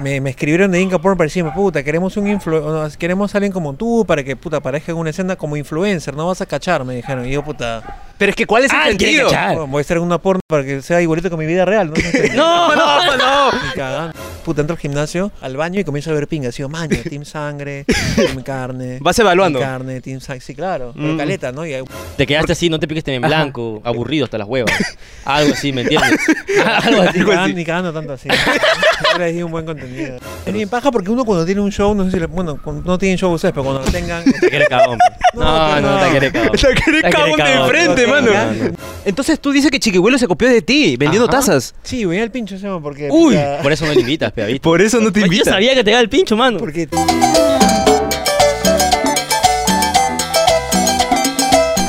me, me escribieron de Inca Porn para decirme, puta, queremos un influ queremos a alguien como tú para que puta aparezca en una escena como influencer, no vas a cachar, me dijeron. Y yo, puta, Pero es que ¿cuál es el Ah, él quiere sentido? cachar. bueno, voy a estar en una porno para que sea igualito que mi vida real, ¿no? No, no, no. Ni cagando. Puta, entro al gimnasio, al baño y comienzo a ver pingas. Digo, maño, team sangre, team carne. Vas evaluando. Team carne, team sangre. Sí, claro. pero Mm. caleta, ¿no? Y ahí- Te quedaste así, no te piques este en blanco, aburrido hasta las huevas. Algo así, ¿me entiendes? Algo así. ni, cagando, ni cagando tanto así. Siempre es un buen contenido. Es bien paja porque uno cuando tiene un show, no sé si le- bueno, cuando no tienen show ustedes, pero cuando lo tengan. Te querés cagón. pe. No, No, que no, no. te querés cagón. La querés La querés cagón de cagón, frente, no, mano. no, no. Entonces tú dices que Chiquihuelo se copió de ti vendiendo Ajá. tazas. Sí, voy al pincho ese man, porque. Uy, puta, Por eso no le invitas, pe, ¿viste? Por eso no te Yo invitan. sabía que te iba el pincho, mano. porque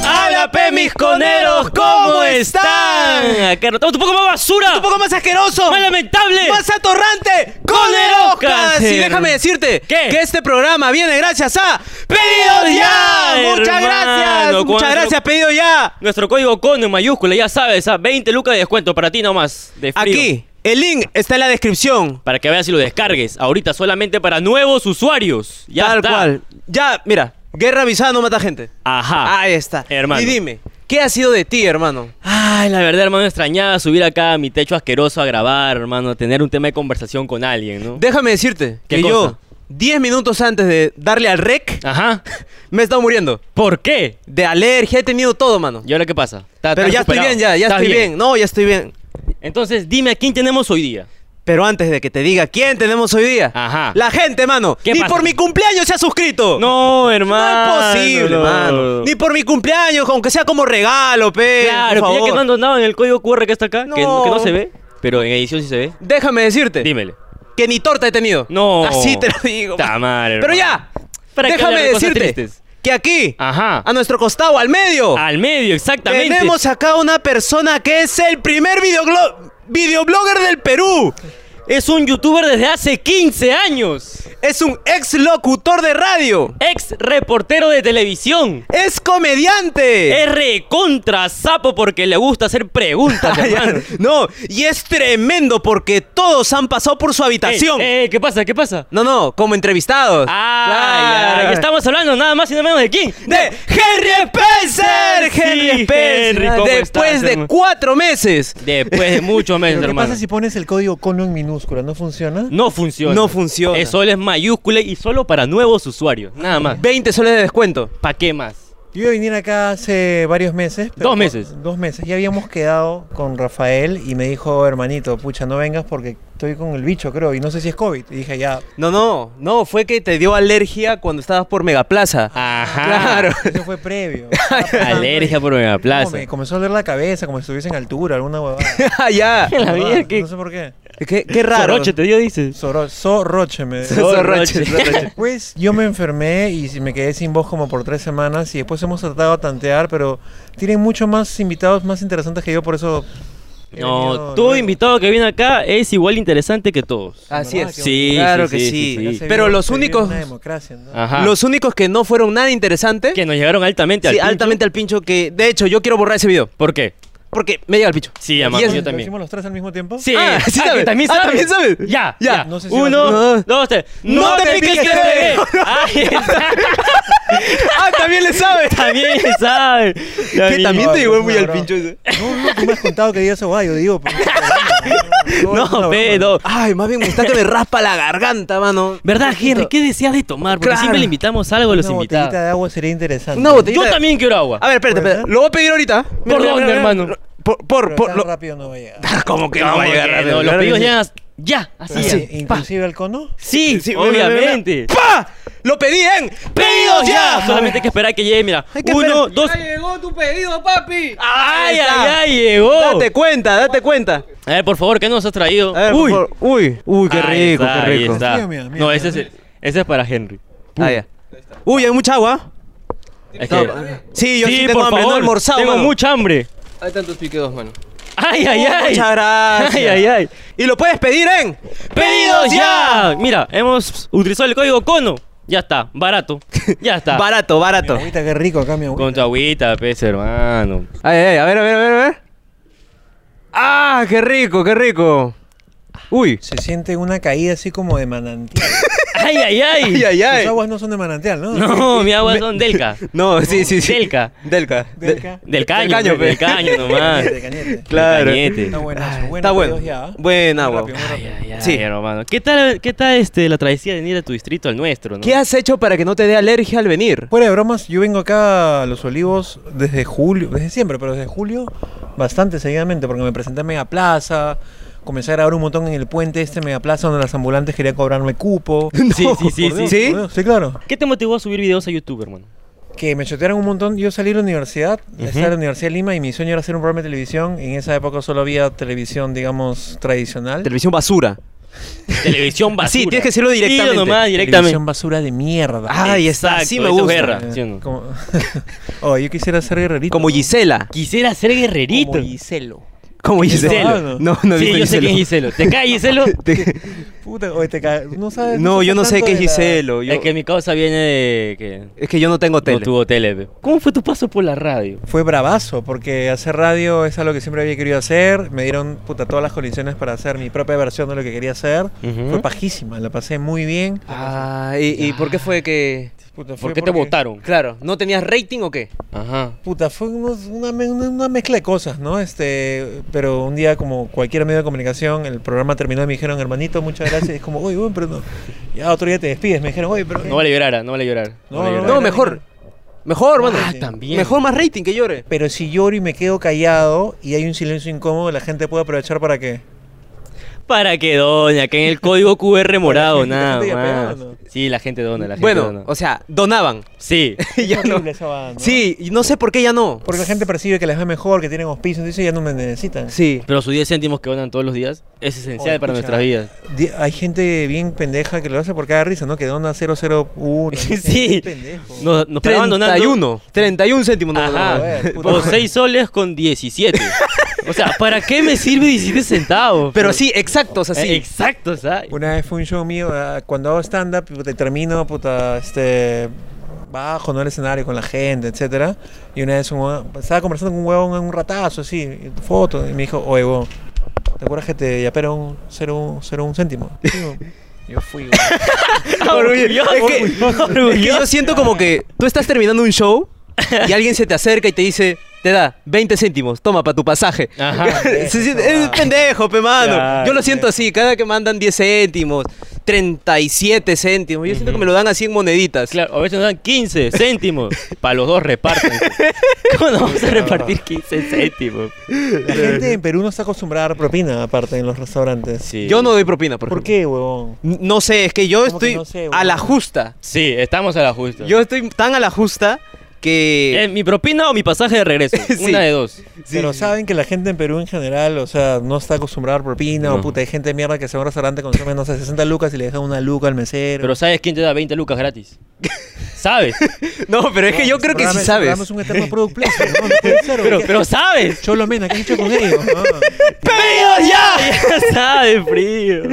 ¡Hala, pe, mis coneros! ¿Cómo están? Acá estamos un poco más basura. ¡Un poco más asqueroso! más lamentable. ¡Más atorrante! ¡Conerocas! Conerocas, Y hermano. déjame decirte ¿Qué? que este programa viene gracias a Pedido Ya. Hermano, Muchas gracias. ¿cuánto- Muchas gracias, Pedido Ya. Nuestro código CONE en mayúscula, ya sabes, a 20 lucas de descuento para ti nomás. De frío. Aquí, el link está en la descripción. Para que veas y lo descargues. Ahorita solamente para nuevos usuarios. Ya Tal está. cual. Ya, mira, guerra avisada no mata gente. Ajá. Ahí está. Ah, Hermano. Y dime, ¿qué ha sido de ti, hermano? Ay, la verdad, hermano, extrañaba subir acá a mi techo asqueroso a grabar, hermano, a tener un tema de conversación con alguien, ¿no? Déjame decirte ¿Qué que yo, cosa? 10 minutos antes de darle al rec, Ajá. me he estado muriendo. ¿Por qué? De alergia, he tenido todo, mano. ¿Y ahora qué pasa? ¿Estás- Pero estás ya estoy recuperado? bien, ya, ya ¿Estás estoy bien. No, ya estoy bien. Entonces, dime a quién tenemos hoy día. Pero antes de que te diga quién tenemos hoy día, Ajá. la gente, mano, ¿Qué ni pasa? por mi cumpleaños se ha suscrito. No, No es posible, mano. Ni por mi cumpleaños, aunque sea como regalo, pe. Claro, por que ya favor. que no han donado en el código QR que está acá, que, que No. no se ve, pero en edición sí se ve. Déjame decirte Dímelo. que ni torta he tenido. No. Así te lo digo. Ta mano. madre, Pero hermano. ya, ¿Para qué déjame hablar de cosas decirte tristes? que aquí, Ajá. a nuestro costado, al medio, Al medio, exactamente. tenemos acá una persona que es el primer videoglo- videoblogger del Perú. Es un youtuber desde hace 15 años. Es un ex locutor de radio. Ex reportero de televisión. Es comediante. R contra sapo porque le gusta hacer preguntas, Ay, hermano. ay, no, y es tremendo porque todos han pasado por su habitación. Eh, eh, ¿Qué pasa? ¿Qué pasa? No, no, como entrevistados. Ah, Claro. ya, ya estamos hablando nada más y nada menos de quién. de Henry Spencer. Sí, Henry Spencer. Henry, ¿cómo Después estás, de hermano? cuatro meses. Después de muchos meses, Pero ¿Qué hermano. pasa si pones el código cono en minúscula? ¿No funciona? No funciona. No funciona. Es solo es mayúscula y solo para nuevos usuarios. Nada más. 20 soles de descuento. ¿Para qué más? Yo iba a venir acá hace varios meses. pero- Dos meses. Dos meses. Ya habíamos quedado con Rafael y me dijo, hermanito, pucha, no vengas porque estoy con el bicho, creo, y no sé si es COVID. Y dije, ya. No, no, no, fue que te dio alergia cuando estabas por Megaplaza. Ajá. Claro. Eso fue previo. Estaba pasando Alergia y- por Megaplaza. No, Me comenzó a doler la cabeza, como si estuviese en altura, alguna huevada. Ah, ya. Huevada, La mierda, qué- No sé por qué. Qué, qué raro. Soroche te dio, dices. Zorro- Zorroche me. Zorroche, zorroche. Pues yo me enfermé y si- me quedé sin voz como por tres semanas y después hemos tratado de tantear, pero tienen mucho más invitados más interesantes que yo, por eso... he No, venido todo luego. invitado que viene acá es igual interesante que todos. Así ¿Verdad? es. Qué bonito. claro Sí, que sí, sí. sí, sí, Se Pero vive- los se vive únicos, Ah, Una democracia, ¿no? Ajá. los únicos que no fueron nada interesantes, que nos llegaron altamente al ¿Eh? sí, pincho. altamente al pincho que, de hecho, yo quiero borrar ese video ¿Por qué? porque me llega al pincho. Sí, hermano, Y es- yo ¿Lo también. hicimos los tres al mismo tiempo? Sí, Ah, sí que sabe. también Ah, sabe. también sabe. Ya, Ya. ya. No sé si Uno, va a ser- dos, tres. No te piques, que te ve. veo. Ahí está. Ah, también le sabe. También sabe. Que también Ah, te llegó no, muy no, al no. pincho ese. No, no, tú me has contado que digas eso, guay, yo digo... pero- No, pero. Ay, más bien me está que me raspa la garganta, mano. ¿Verdad, Henry? ¿Qué deseas de tomar? Porque Ah, Claro. siempre le invitamos algo a los Una botellita invitados. de agua sería interesante. Una botella. Yo también quiero agua. A ver, espérate, espérate. Lo voy a pedir ahorita. Mira, ¿Por mira, dónde, mira, mira. hermano? Por, por, Pero por. tan lo- Ah, rápido no va a llegar. ¿Cómo que no ¿Cómo va a llegar que rápido? no? Los Claro pedidos que sí. Ah, llegan ya, así. Sí, ya. Pa. Inclusive al cono. Sí, Sí, mira, mira, mira. obviamente. ¡Pa! Lo pedí en pedidos ya. Solamente hay que esperar que llegue, mira. Hay que Uno, esperar. dos. Ya llegó tu pedido, papi. Ahí ¡Ay, está. ay, oh. ay! Llegó. Date cuenta, date cuenta. A ver, por favor, ¿qué nos has traído? A ver, Uy. por favor. uy, uy, qué Ahí rico, está, qué ahí rico. está. Mira, mira, mira, no, mira, ese, es, mira. ese es para Henry. Ah, ya. Uy, hay mucha agua. Es que- Sí, yo sí, tengo por hambre, no he favor, almorzado. Tengo mano. mucha hambre. Ahí están tus piqueos, mano. ¡Ay, ay, ay! Muchas gracias. ¡Ay, ay, ay! Y lo puedes pedir en ¡Pedidos ya! Mira, hemos utilizado el código CONO. Ya está, barato. Ya está. Barato, barato. Agüita, qué rico acá, mi agüita. Con tu agüita, pez, hermano. Ay, ay, a ver, a ver, a ver, a ver. Ah, qué rico, qué rico. Uy. Se siente una caída así como de manantial. ¡Ay, ay, ay! Ay, ay, Tus ay. aguas no son de manantial, ¿no? No, mi agua son Delca. No, sí, sí, sí. Delca. Delca. Del De- ca- Del caño, caño, pues. pues, pe, pe. del caño nomás. De cañete. Claro. Cañete. Está bueno, Ay, bueno. Está bueno. Buen agua. Ay, ay, ay, Sí. hermano. ¿Qué tal, qué tal este, la travesía de venir a tu distrito, al nuestro? ¿no? ¿Qué has hecho para que no te dé alergia al venir? Fuera de bromas, yo vengo acá a Los Olivos desde julio, desde siempre, pero desde julio bastante seguidamente, porque me presenté en Mega Plaza, comencé a grabar un montón en el puente este Mega Plaza donde las ambulantes querían cobrarme cupo. Sí, sí, sí, Por Dios, sí. ¿Sí? por Dios, sí, claro. ¿Qué te motivó a subir videos a YouTube, hermano? Que me chotearon un montón. Yo salí de la universidad, Ujú. estaba en la Universidad de Lima y mi sueño era hacer un programa de televisión. En esa época solo había televisión, digamos, tradicional. Televisión basura. Televisión basura. Sí, tienes que decirlo directamente. Dilo nomás, directamente. televisión basura de mierda. Ay, está. Exacto, Ah, Sí me eso es gusta. guerra. Eh, ¿sí o no? como- oh, yo quisiera ser guerrerito. Como Gisela. Quisiera ser guerrerito. Como Giselo. Como Gisela. Gisela. No, no he sí, visto yo sé quién es Giselo. ¿Te cae Giselo? Te- Puta, oye, te ca- no sabes. No, yo no sé tanto qué es de la- Giselo. yo- Es que mi causa viene de que yo no tengo no tele. tuvo tele. pe. ¿Cómo fue tu paso por la radio? Fue bravazo, porque hacer radio es algo que siempre había querido hacer. Me dieron puta todas las condiciones para hacer mi propia versión de lo que quería hacer. Ujú. Fue pajísima, la pasé muy bien. Ah, ¿y, y por qué fue que...? Puta, fue ¿Por qué te porque- votaron? Claro, ¿no tenías rating o qué? Ajá. Puta, fue unos- una, me- una- una mezcla de cosas, ¿no? Este, pero un día, como cualquier medio de comunicación, el programa terminó y me dijeron, hermanito, muchas gracias. Es como, oye, bueno, pero no. Ya otro día te despides. Me dijeron, oye, pero. No vale llorar, ah, no vale llorar. No, vale no, llorar. No, mejor. Mejor, hermano. Ah, también. Mejor más rating que llore. Pero si lloro y me quedo callado y hay un silencio incómodo, la gente puede aprovechar para que. Para que doña, que en el código QR morado, nada gente ya pegaba, más. ¿no? Sí, la gente dona, la gente dona. Bueno, o sea, donaban. Sí. Y ya no. Horrible esa banda. Sí, y no sé por qué ya no. Porque la gente percibe que les va mejor, que tienen auspicios, entonces ya no me necesitan. Sí. Pero sus 10 céntimos que donan todos los días es esencial Oye, para escucha. nuestras vidas. Di- Hay gente bien pendeja que lo hace por cada risa, ¿no? Que dona 001. Sí. Pendejo. Nos, nos pagaban donando. 31. 31 céntimos. no, no, Ajá. no. joder, puta Por madre. 6 soles con 17. o sea, ¿para qué me sirve 17 centavos? Pero sí, exactos, Eh, así. exacto, o sea. Una vez fue un show mío, ah, cuando hago stand-up, puta, y termino, puta, este, bajo, no el escenario con la gente, etcétera. Y una vez un huevón- estaba conversando con un huevón en un ratazo, así, y foto, y me dijo, oye, huevón, ¿te acuerdas que te yapearon un cero, un- cero un céntimo? Digo, Yo fui, huevón. Orgulloso, Es que- Es que orgulloso. yo siento como que tú estás terminando un show y alguien se te acerca y te dice, te da 20 céntimos, toma para tu pasaje. Ajá. Se siente- Pendejo, es pendejo, pe mano. Claro, yo lo siento así, cada que mandan 10 céntimos, 37 céntimos, yo siento que me lo dan así en moneditas. Claro, a veces nos dan 15 céntimos. Para los dos reparten. ¿Cómo nos vamos a repartir 15 céntimos? Eh. La gente en Perú no está acostumbrada a dar propina, aparte, en los restaurantes. Sí. Yo no doy propina, por, ¿Por ejemplo. qué, huevón? No sé, es que yo ¿Cómo que estoy no sé, a weón? la justa. Sí, estamos a la justa. Yo estoy tan a la justa Eh, que... ¿Mi propina o mi pasaje de regreso? Sí. Una de dos. Sí, Pero sí, saben que la gente en Perú en general, o sea, no está acostumbrada a dar propina, No. o puta, hay gente de mierda que se va a un restaurante, consume, no sé, 60 lucas y le deja una luca al mesero. Pero ¿sabes quién te da 20 lucas gratis? ¿Sabes? No, pero es que yo creo que sí sabes. Damos un eterno product placement, ¿no? No puede ser, Pero, ¿qué- pero ¿sabes? Cholo Mena, ¿qué has hecho con ellos? ¡Frío ya! Ya sabes, frío.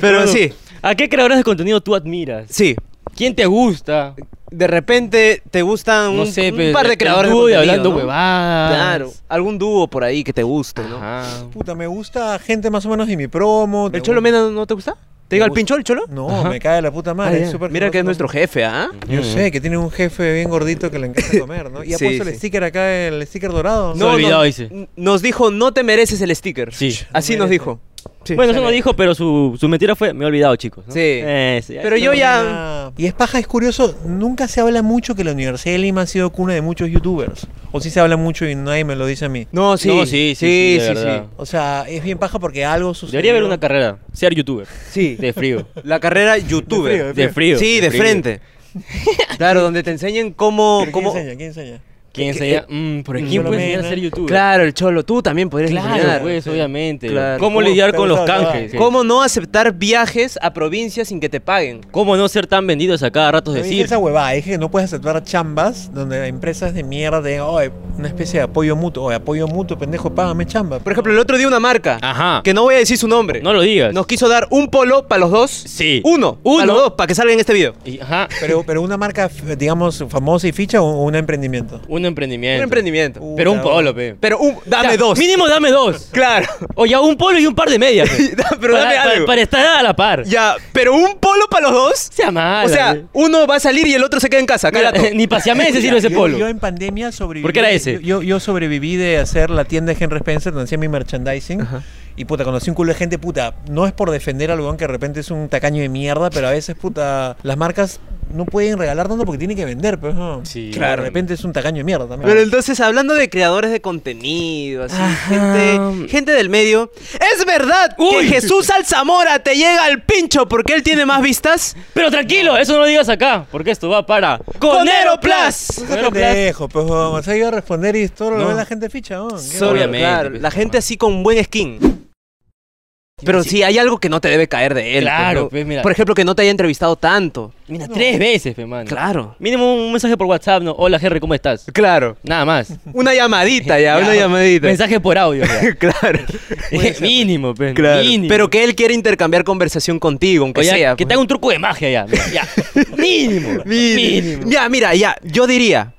Pero Bueno, sí, ¿A qué creadores de contenido tú admiras? sí. ¿Quién te gusta? De repente te gustan No un, sé, un pero par de creadores de dúo contenido, hablando ¿no? huevadas. Claro, algún dúo por ahí que te guste, ¿no? Ajá. Puta, me gusta gente más o menos de mi promo. ¿El Cholo Mena no te gusta? ¿Te digo al pincho el Cholo? No, me cae la puta madre. Ah, es ya. súper Mira que es nuestro jefe, ¿ah? Mm. Yo sé, que tiene un jefe bien gordito que le encanta comer, ¿no? Y ha Sí, puesto sí. el sticker acá, el sticker dorado. No, olvidado, dice. n- Nos dijo, no te mereces el sticker. Sí. Así No nos merece. dijo. Sí. Bueno, eso no dijo, pero su, su mentira fue, me he olvidado, chicos. ¿no? Sí. Eh, sí. Pero yo ya... Y es paja, es curioso, nunca se habla mucho que la Universidad de Lima ha sido cuna de muchos youtubers. O sí se habla mucho y nadie me lo dice a mí. No, sí. No, sí, sí, sí, de verdad. O sea, es bien paja porque algo sucedió. Debería haber una carrera, ser youtuber. Sí. De frío. La carrera youtuber. frío, De frío. Sí, de frío. frente. claro, donde te enseñen cómo... ¿Pero ¿Quién cómo... enseña? ¿Quién enseña? ¿Quién enseña? eh, Mm, ¿Por quién Cholo puede enseñar a Mena. ser youtuber? Claro, el Cholo, tú también podrías enseñar. Claro, pues, obviamente. Claro. ¿Cómo, ¿Cómo lidiar con te los gusta grabar? canjes? ¿Cómo no aceptar viajes a provincias sin que te paguen? ¿Cómo no ser tan vendidos a cada rato? Yo Es dije decir, esa huevada, dije que no puedes aceptar chambas donde empresas de mierda de, "Oye, una especie de apoyo mutuo, oye, apoyo mutuo, pendejo, págame chamba. Por ejemplo, el otro día una marca, Ajá. que no voy a decir su nombre, no lo digas. nos quiso dar un polo para los dos. Sí. Uno, Uno. para los dos, para que salga en este video. Y- Ajá. pero, pero una marca, f- digamos, famosa y ficha o, o un emprendimiento. Un un emprendimiento. Un emprendimiento. Uh, Pero un cabrón. polo, pe. Pero un, dame Ya, dos. Mínimo dame dos. Claro. O ya un polo y un par de medias. pe. Da- pero para, dame para- algo. para estar a la par. Ya, pero un polo para los dos. Sea mala, o sea, pe. uno va a salir y el otro se queda en casa. Mira, Carato. eh. ni para siameses Mira, sirve yo- ese Este polo. Yo en pandemia sobreviví. ¿Por qué era ese? Yo, yo- yo sobreviví de hacer la tienda de Henry Spencer donde hacía mi merchandising. Ajá. Y puta, conocí un culo de gente, puta. No es por defender al weón que de repente es un tacaño de mierda, pero a veces, puta, las marcas no pueden regalar tanto porque tienen que vender, pues. ¿no? Sí. Claro. De repente es un tacaño de mierda también. Pero entonces, hablando de creadores de contenido, así, gente, gente del medio, ¿es verdad que Uy. Jesús Alzamora te llega al pincho porque él tiene más vistas? Pero tranquilo, eso no lo digas acá, porque esto va para ¡Conero Plus! Pero Conero Plus. pendejo, pues, weón. O sea, iba a responder y todo lo No. ve la gente ficha, ¿no? Qué Solo, Obviamente, claro, pues, la no gente más. así con buen skin. Pero sí. sí, hay algo que no te debe caer de él. Claro, ¿no? pues, mira. Por ejemplo, que no te haya entrevistado tanto. Mira, tres veces, pe, mano. Claro. Mínimo un mensaje por WhatsApp, ¿no? Hola, Henry, ¿cómo estás? Claro. Nada más. Una llamadita ya, una Ya, llamadita. Mensaje por audio. ya. pues. claro. mínimo, pe, Claro. mínimo. Pero que él quiere intercambiar conversación contigo, aunque O ya, sea. que pues. te haga un truco de magia ya. mira, ya. mínimo. Mínimo. Ya, mira, ya, yo diría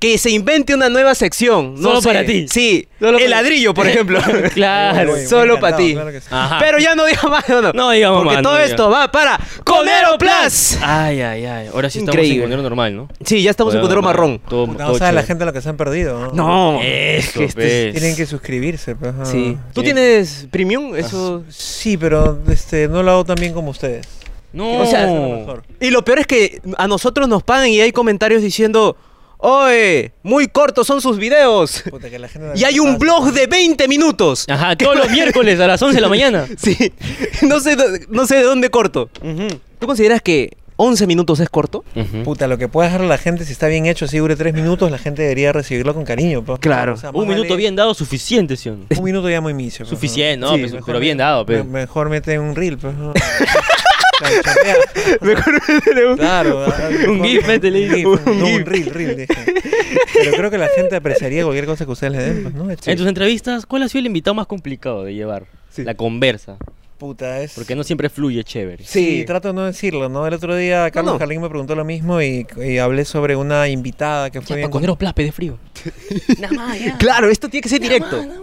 que se invente una nueva sección. No Solo sé. para ti. Sí, Solo el para- ladrillo, por ejemplo. Claro. Uy, uy, Solo para encantado, ti. claro que sí. Ajá. Pero ya no digas más, no, no. No digamos Porque más, todo no digas. esto va para Conero Plus. Ay, ay, ay. Ahora sí estamos Increíble. en Conero normal, ¿no? Sí, ya estamos en Conero Cudero Marrón. Todo, Puta, todo No sabe la chévere. gente lo que se han perdido, ¿no? No. Eso, que este- pe. Tienen que suscribirse, pues. ¿no? Sí. ¿Tú pues. Sí. tienes premium? Eso. Ah. Sí, pero este, no lo hago tan bien como ustedes. No. O sea, Lo hacen mejor. Y lo peor es que a nosotros nos pagan y hay comentarios diciendo, oye, muy cortos son sus videos. Puta, que la gente Y hay un blog de 20 minutos. Ajá, todos los miércoles a las 11 de la mañana. Sí, no sé, dó- no sé de dónde corto. ¿Tú consideras que 11 minutos es corto? Puta, lo que puede dejar la gente, si está bien hecho, si dure tres minutos, la gente debería recibirlo con cariño. po. Claro. O sea, Un más minuto vale- bien dado, suficiente, ¿sí o no? Un minuto ya muy inicio. po. Suficiente, no, pues, mejor pero bien me- dado, pe. me- Mejor mete un reel, pues. ¿no? Claro, chambea. Claro, ah, mejor- gif, métele ahí. un gif, Un no, un gif. reel, reel, dije. Pero creo que la gente apreciaría cualquier cosa que ustedes le den, pues, ¿no? En tus entrevistas, ¿cuál ha sido el invitado más complicado de llevar? Sí. La conversa. Puta, es... Porque no siempre fluye chévere. Sí, Sí. trato de no decirlo, ¿no? El otro día Carlos no. Carlín me preguntó lo mismo y, y hablé sobre una invitada que fue bien... Conero Plaspe de frío. Nada más, ya. Ah, Claro, esto tiene que ser directo. No, no voy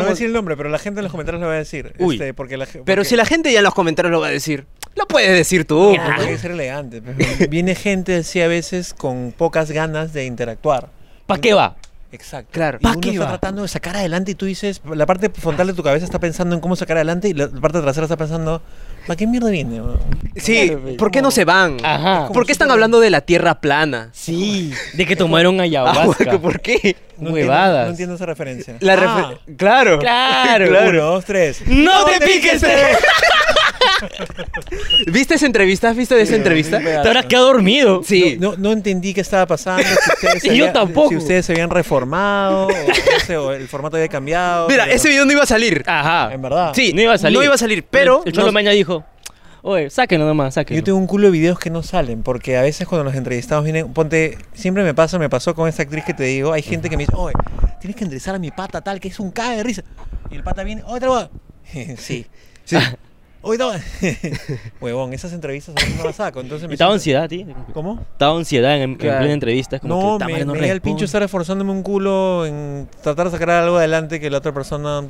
a Tenemos- decir el nombre, pero la gente en los comentarios lo va a decir. Uy. Este, porque la, ge- Pero porque- si la gente ya en los comentarios lo va a decir, lo puedes decir tú. porque hay que ser elegante. pues. Viene gente así a veces con pocas ganas de interactuar. ¿Para qué va? Exacto. Claro. Y ¿Pa' uno qué está va? tratando de sacar adelante y tú dices, la parte frontal de tu cabeza está pensando en cómo sacar adelante y la parte trasera está pensando, ¿para qué mierda viene? weón?" Sí, Claro, pues, ¿por qué como- no se van? Ajá. ¿Por qué están hablando de la tierra plana? Sí, de que tomaron Ah, ayahuasca. bueno, ¿Por qué? No entiendo- Huevadas. no entiendo esa referencia. Ah, La Ah. refer- Claro. Claro. Uno, dos, tres. ¡No te piques! Te ¿Viste esa entrevista? ¿Viste de esa entrevista? habrás quedado dormido. Sí. No, no entendí qué estaba pasando. Si ustedes se Yo había- tampoco. Si ustedes se habían reformado, o, no sé, o el formato había cambiado. Mira, pero- ese video no iba a salir. Ajá. En verdad. Sí, No iba a salir. No iba a salir, pero... El Cholo nos- Maña dijo: Oye, sáquenlo nomás, sáquenlo. Yo tengo un culo de videos que no salen, porque a veces cuando los entrevistados vienen, ponte, siempre me pasa, me pasó con esta actriz que te digo, hay gente que me dice, oye, tienes que enderezar a mi pata tal, que es un cae de risa. Y el pata viene, oye, te lo voy a-". Sí. Sí. Oye, te lo voy a-". Huevón, esas entrevistas a veces no las saco, entonces Y me Estaba siento- ansiedad, tío. ¿Cómo? Estaba ansiedad en, en Claro. plena entrevista. es como No, que, "Ta me, madre, me da el respondo". pincho estar esforzándome un culo en tratar de sacar algo adelante que la otra persona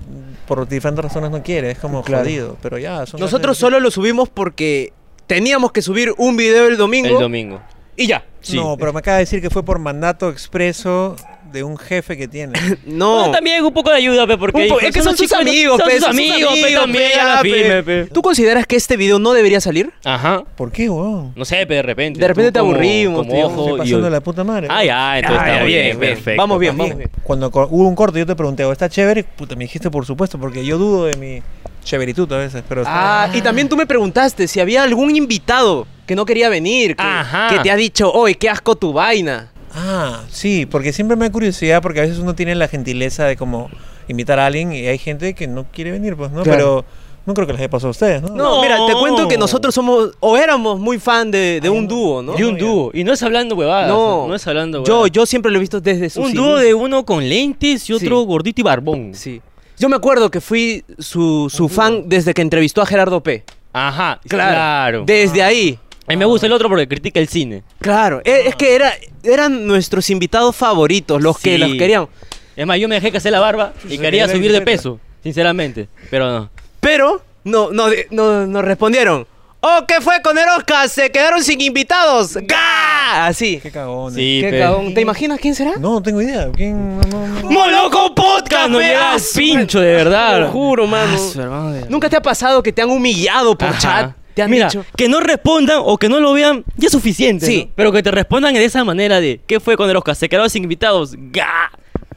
por diferentes razones no quiere. Es como Claro. jodido, pero ya. son Nosotros cosas- solo lo subimos porque teníamos que subir un video el domingo. El domingo. Y ya. Sí. No, pero me acaba de decir que fue por mandato expreso de un jefe que tiene. No. Bueno, también un poco de ayuda, pe, porque Un po- dijo, es que son los sus chicos- amigos, son pe, sus amigos, pe, también, pe, a la ya, firme, pe. pe. ¿Tú consideras que este video no debería salir? Ajá. ¿Por qué, weón? No sé, pe, de repente. De repente tú te como- aburrimos, Como tío. Estoy ojo y... pasando la puta madre. Ay, ay, entonces Ah, está ya, bien, bien, bien. perfecto. Vamos bien, Más bien, vamos bien. Cuando co- hubo un corte, yo te pregunté, ¿o está chévere? Puta, me dijiste por supuesto, porque yo dudo de mi chéveritud a veces, pero está- Ah, y también tú me preguntaste si había algún invitado que no quería venir, que, Ajá. que te ha dicho, hoy qué asco tu vaina! Ah, sí, porque siempre me da curiosidad, porque a veces uno tiene la gentileza de como invitar a alguien y hay gente que no quiere venir, pues, ¿no? Pero Claro. no creo que les haya pasado a ustedes, ¿no? No, No. mira, te cuento que nosotros somos, o éramos muy fan de, de un dúo, ¿no? De un dúo. Y no es hablando huevadas. No, No, es hablando Yo, huevadas. yo siempre lo he visto desde su Un dúo de uno con lentes y otro Sí. gordito y barbón. Sí. Yo me acuerdo que fui su, su fan desde que entrevistó a Gerardo P. Ajá. Desde ahí. A mí me gusta el otro porque critica el cine. Claro, e- es que era, eran nuestros invitados favoritos, los que Sí. los querían. Es más, yo me dejé que hacer la barba y Sí, quería era subir de bicicleta. peso, sinceramente. Pero no. Pero no, no, de- no, nos respondieron. ¡Oh, qué fue con Erosca! ¡Se quedaron sin invitados! ¡Ga! Así. Qué cagón. Sí, Qué pe. cagón. ¿Te imaginas quién será? No, no tengo idea. ¿Quién? No, no, no. ¡Moloco Podcast! No Café, llega ah, al su- pincho, de Te verdad. lo juro, mano. Ah, su hermano de- ¿Nunca te ha pasado que te han humillado por Ajá. chat? Te han Mira, dicho. que no respondan o que no lo vean ya es suficiente. Sí. ¿no? Pero que te respondan de esa manera de ¿qué fue con el Oscar? Se quedaron sin invitados. ¡Ga!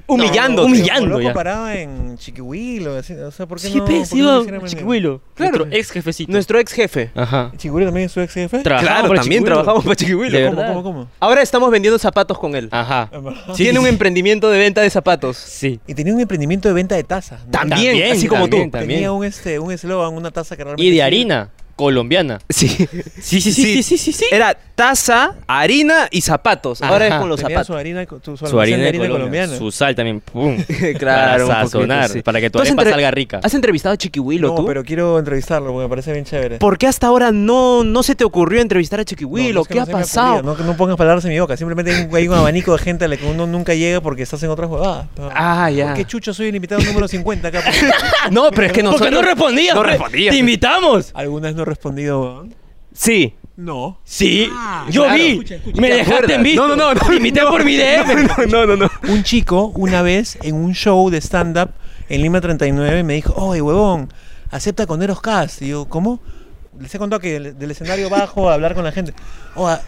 Humillándote. Como humillando loco ya. paraba en Chiquihuilo. así, O sea, ¿por qué Sí, no? pe, por qué sí, no va, hicieron el- Chiquihuilo. Claro. Nuestro ex jefecito. Nuestro ex jefe. Ajá. ¿Chiquihuilo también es su ex jefe? Trabajamos Claro, para también Chiquihuilo. trabajamos para Chiquihuilo. De ¿Cómo, verdad. cómo, cómo? Ahora estamos vendiendo zapatos con él. Ajá. Ah, verdad. Sí, Tiene un emprendimiento de venta de zapatos. Sí. Y tenía un emprendimiento de venta de tazas. ¿no? También, así como tú. también, también. Tenía un este, un eslogan, una taza que realmente... Y de sí- harina colombiana. Sí. Sí, sí, sí, sí, sí, sí. sí. Era taza, harina y zapatos. Ahora es Ajá. con los Tenía su zapatos. harina, tu- su, Su almacén harina, de de Colombia, colombiana. Su sal también. Pum. Claro, un Para poquito, sazonar. sí. para que tu ¿Tú has arepa entre- salga rica. ¿Has entrevistado a Chiquihuilo No, tú? pero quiero entrevistarlo porque me parece bien chévere. ¿Por qué hasta ahora no, no se te ocurrió entrevistar a No, Chiquihuilo? no es que ¿Qué no ha se me ha pasado? ocurrido, No, no pongas palabras en mi boca. Simplemente hay un, hay un abanico de gente a la que uno nunca llega porque estás en otra jugada. Ah, ya. ¿Por qué chucho soy el invitado número 50 acá? Porque No, pero es que Porque nosotros... no respondías. No pe. respondías. Te invitamos. Algunas no he respondido. weón. Sí. No. Sí, yo Ah, claro. vi. Escucha, escucha. Me ¿Te dejaste acuerdas? en visto. No, no, no, Te invité por mi DM. No, no, no. Un chico, una vez, en un show de stand-up en Lima 39, me dijo, oye, huevón, acepta con Eros Cast. Y yo, ¿cómo? Les he contado que del, del escenario bajo a hablar con la gente. Oh, ah,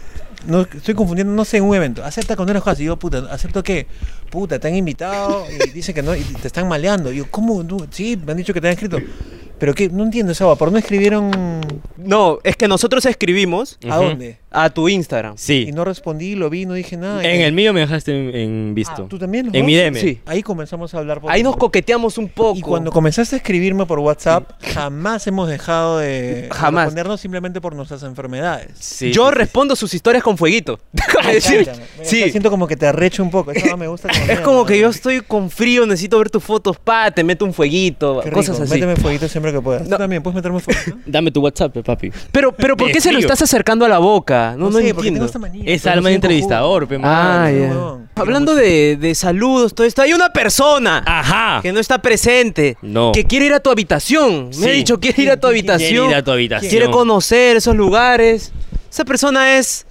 no, estoy confundiendo, no sé, en un evento. Acepta con Eros Cast. Y yo, puta, ¿acepto qué? Puta, te han invitado y dicen que no, y te están maleando. Y yo, ¿cómo? No, sí, me han dicho que te han escrito. Pero qué, no entiendo esa agua. ¿Por no escribieron No, es que nosotros escribimos a Ujú. dónde? a tu Instagram. Y Sí, no respondí, lo vi, no dije nada. en Y- el mío me dejaste en, en visto. Ah, ¿tú también los En dos? mi DM. Sí. Ahí comenzamos a hablar. por- Ahí nos coqueteamos un poco. Y cuando comenzaste a escribirme por WhatsApp, jamás hemos dejado de Jamás. respondernos simplemente por nuestras enfermedades. Sí, Yo sí, sí. respondo sus historias con fueguito. Déjame Me decir. encanta, me- o sea, Sí. Siento como que te arrecho un poco. Eso no me gusta. Es mierda, como que yo ¿no? estoy con frío, necesito ver tus fotos, pa, te meto un fueguito, Qué rico, cosas así. Méteme fueguito siempre que puedas. Tú No. también puedes meterme fueguito. Dame tu WhatsApp, pe, papi. Pero, pero ¿por De qué se lo frío. estás acercando a la boca? No, sé, no, porque tengo entiendo. esta manía. Es Pero no alma de soy cojudo. entrevistador, pe, Ah, mano. sí, ya. huevón. Hablando de, de saludos, todo esto, hay una persona Ajá. que no está presente, Ah. No. que quiere ir a tu habitación. Me Sí. ha dicho, quiere ir a tu habitación. Quiere ir a tu habitación. Quiere conocer esos lugares. Esa persona es.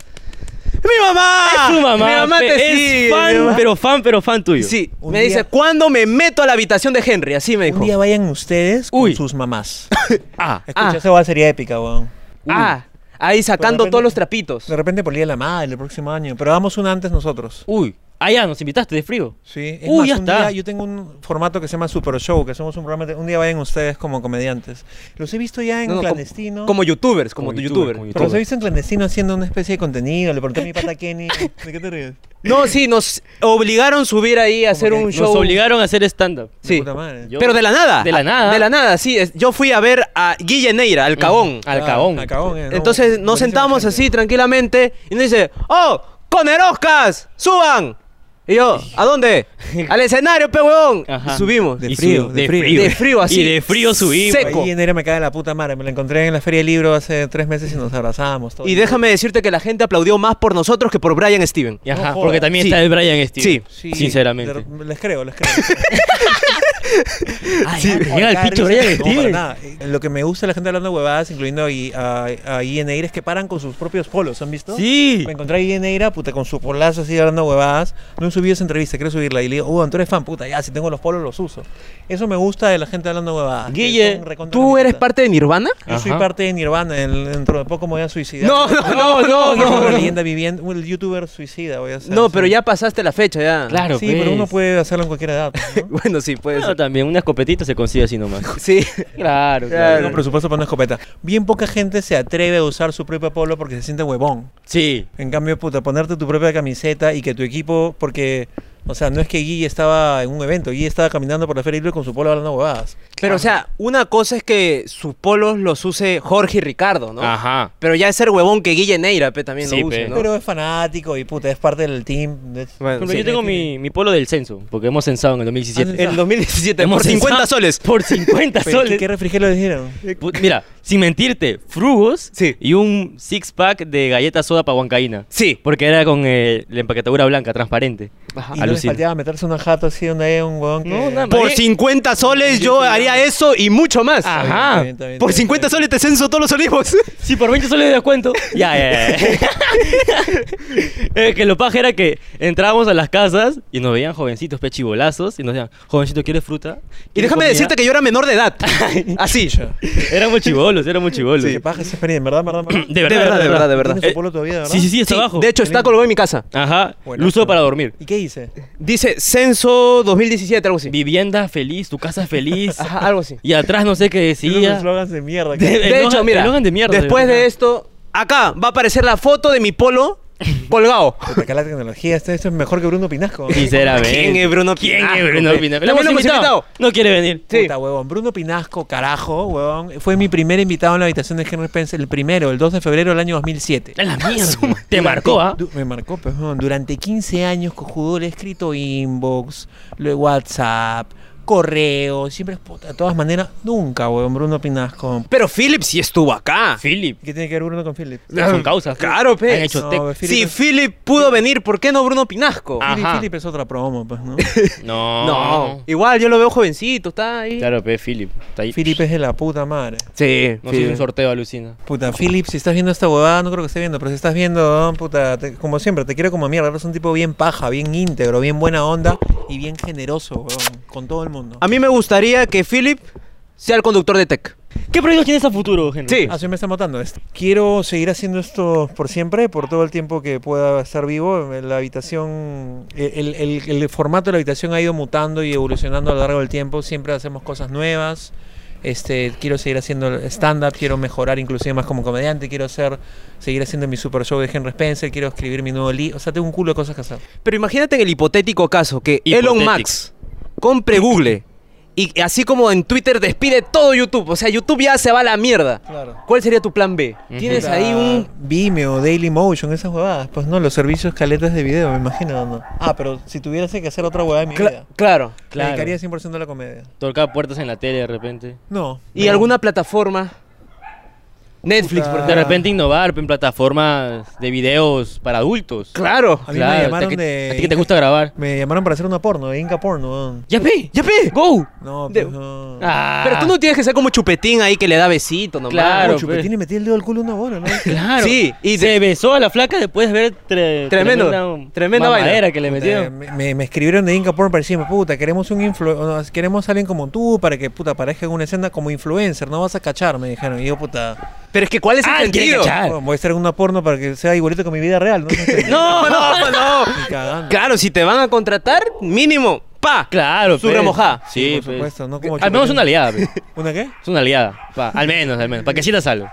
¡Mi mamá! Es tu mamá. ¡Mi mamá pe, te es sigue, mi fan, mamá. pero fan, pero fan tuyo. Sí, Un me día- dice, ¿cuándo me meto a la habitación de Henry? Así me dijo. Un día vayan ustedes con Uy. sus mamás. Ah. Escucha, Ah. esa va sería épica, weón. Ah, ahí sacando De repente- todos los trapitos. De repente por el día de la madre el próximo año. Pero hagamos una antes nosotros. Uy. Ah, ya, nos invitaste de frío. Sí, es Uy, más, ya un está. día yo tengo un formato que se llama Super Show, que somos un programa de, un día vayan ustedes como comediantes. Los he visto ya en No, no, como- clandestino. Como, youtubers, como, Como tu youtuber, youtuber. como pero los he youtuber. visto en clandestino haciendo una especie de contenido. Le pregunté a mi pata Kenny, ¿de qué te ríes? No, sí, nos obligaron a subir ahí a hacer que un Nos show. obligaron a hacer stand-up. De Sí. puta madre. Yo- Pero de la nada. De la nada. De la nada, sí. es- Yo fui a ver a Guille Neira, al cabón. Al Ah, caón. al caón, eh, no, Entonces nos buenísima sentábamos gente. así tranquilamente y nos dice, ¡Oh! ¡Coneroscas! ¡Suban! Y yo, ¿a dónde? Al escenario, pe huevón. Ajá. Y subimos. De Y frío, su- de de frío. frío. De frío así. Y de frío subimos. Seco. Ahí en Era me cae la puta madre. Me la encontré en la Feria del Libro hace tres meses y nos abrazamos. todo. Y déjame decirte que la gente aplaudió más por nosotros que por Brian Steven. Y Ajá, No porque jodas. también Sí. está el Brian Steele. Sí, Sinceramente. de- Les creo, les creo. Ay, Ah, llega el Cada pincho risa- Brian no, para Steele. nada. Eh, Lo que me gusta de la gente hablando huevadas, incluyendo a, I- a, a Ian Eira, es que paran con sus propios polos, ¿han visto? Sí. Me encontré a Ian Eira, puta, con su polazo así hablando huevadas. No he subido esa entrevista, quiero subirla. Y le digo, oh, tú eres fan, puta, ya, si tengo los polos los uso. Eso me gusta de la gente hablando huevadas. que Guille, son recontra Ah, ¿tú eres mamitas. parte de Nirvana? Yo soy Ajá. parte de Nirvana, el- dentro de poco me voy a suicidar. No, no, no, no, Soy una no. No, leyenda viviente, un youtuber suicida voy a ser. No, pero sí. ya pasaste la fecha, ya. Claro, Sí, pero pues. uno puede hacerlo en cualquier edad. ¿no? Bueno, sí, puede Bueno, ser. también una escopetita se consigue así nomás. Sí. Claro, Claro. Tengo presupuesto para una escopeta. Bien poca gente se atreve a usar su propio polo porque se siente huevón. Sí. En cambio, puta, ponerte tu propia camiseta y que tu equipo, porque O sea, no es que Guille estaba en un evento, Guille estaba caminando por la Feria Libre con su polo hablando huevadas. Pero, o sea, una cosa es que sus polos los use Jorge y Ricardo, ¿no? Ajá. Pero ya es ser huevón que Guille Neira pe, también Sí, lo use, pe. ¿no? Pero es fanático y puta, es parte del team. de- Bueno, Pero sí. yo tengo mi, mi polo del censo, porque hemos censado en el 2017. Ah, El 2017, Hemos por 50 censado soles. Por 50 Pero, ¿Qué, soles. qué refrigerio le dijeron? Put- Mira, sin mentirte, frugos Sí. y un six pack de galletas soda para huancaína. Sí. Porque era con eh, la empaquetadura blanca, transparente. Y no les Alucina. faltaba meterse una jato así donde hay un huevón que... Ah, No, nada más. Por María- 50 soles yo haría eso y mucho más. Está Ah. bien, Ajá. está bien, está bien, Por está bien, 50 está soles te censo todos los olivos. Si por 20 soles de descuento. Ya, ya, ya. Eh, que lo paja era que entrábamos a las casas y nos veían jovencitos pechibolazos y nos decían, jovencito, ¿quieres fruta? Y déjame decirte que yo era menor de edad. Así. que... Éramos chibolos, éramos chibolos. bien. Qué paja esa feria, en verdad, en verdad, en verdad. De verdad, de verdad, de verdad. de verdad. ¿Tiene Eh, su polo todavía, verdad? Sí, sí, sí, está Sí, abajo. De hecho, está colgado en mi casa. Ajá, Bueno, lo uso pero- para dormir. ¿Y qué hice? Dice censo 2017, algo así. Vivienda feliz, tu casa feliz. Ajá, algo así. Y atrás no sé qué Esos son decía. slogans de mierda. De- que- El De hecho, Logan- mira, el Logan de mierda, después de de verdad. esto, acá va a aparecer la foto de mi polo colgado. Puta, acá la tecnología, esto, esto es mejor que Bruno Pinasco. Sinceramente. ¿Quién es Bruno ¿Quién Pinasco, es Bruno pe? También Pinasco? Lo hemos lo hemos invitado. invitado. No quiere venir. Sí. Puta, huevón. Bruno Pinasco, carajo, huevón. Fue mi primer invitado en la habitación de Henry Spencer, el primero, el 2 de febrero del año 2007. Es la mierda. Te marcó, ¿ah? Du- Me marcó, pues, huevón. Durante 15 años, cojudo, le he escrito inbox, luego WhatsApp, correo, siempre, puta, de todas maneras, nunca, huevón, Bruno Pinasco. Pero Philip sí estuvo acá. Philip. ¿Qué tiene que ver Bruno con Philip? Son causas. pues. Claro, pe. Han hecho No, tec- pues, Si Philip- Philip pudo venir, ¿por qué no Bruno Pinasco? Ah. Philip, Ajá. Philip es otra promo, pues, ¿no? No. No, igual yo lo veo jovencito, está ahí. Claro, pe, Philip. Está ahí. Philip es de la puta madre. Sí, Nos sí. hizo un sorteo, alucina. Puta, Philip, si estás viendo esta huevada, no creo que estés viendo, pero si estás viendo, weón, puta, te- como siempre, te quiero como mierda. Eres un tipo bien paja, bien íntegro, bien buena onda y bien generoso, weón, con todo el mundo. A mí me gustaría que Philip sea el conductor de Tech. ¿Qué proyectos tienes a futuro, Henry? Sí. Ah, sí, me está matando esto. Quiero seguir haciendo esto por siempre, por todo el tiempo que pueda estar vivo. La habitación, el, el- el- el formato de la habitación ha ido mutando y evolucionando a lo largo del tiempo. Siempre hacemos cosas nuevas. Este, quiero seguir haciendo stand-up, quiero mejorar inclusive más como comediante, quiero hacer, seguir haciendo mi super show de Henry Spencer, quiero escribir mi nuevo libro. O sea, tengo un culo de cosas que hacer. Pero imagínate en el hipotético caso que Elon Hipotético. Musk compre Google y así como en Twitter despide todo YouTube. O sea, YouTube ya se va a la mierda. Claro. ¿Cuál sería tu plan B? Ujú. Tienes ahí un... Vimeo, Dailymotion, esas huevadas. Pues no, los servicios caletas de video, me imagino. ¿no? Ah, pero si tuviese que hacer otra huevada en mi Cla- vida, claro. me Claro. dedicaría 100% a la comedia. Tocar puertas en la tele de repente. No. ¿Y no. alguna plataforma? Netflix, por Puta. De ejemplo. repente innovar en plataformas de videos para adultos. Claro. A mí me Claro, llamaron a ti que- de- a ti que te gusta grabar. Me llamaron para hacer una porno, de Inca Porno. weón. ¡Ya pe! ¡Ya pe! ¡Go! No, De- pues no. Ah. Pero tú no tienes que ser como chupetín ahí que le da besito nomás. Claro. No, Chupetín pues. y metí el dedo al culo una bola, ¿no? Eh, Claro. Sí, y se besó a la flaca después de ver tre- Tremendo, tremenda, tremenda vaina. mamadera que le Eh, metieron. me, me- me escribieron de Inca Porno para decirme, puta, queremos un influ o no, queremos alguien como tú para que puta aparezca en una escena como influencer, no vas a cachar, me dijeron. Y yo, puta, Pero es que ¿cuál es el Ah, él quiere sentido? cachar. Claro. bueno, voy a estar en una porno para que sea igualito que mi vida real, ¿no? No, no, no. Ni cagando. Claro, si te van a contratar, mínimo, pa. Claro, Su pe. remojada. Sí, por pe. supuesto, no como Al menos chupetín. una aliada, pe. ¿Una qué? Es una aliada. pa. Al menos, al menos. Para que sí la salgo.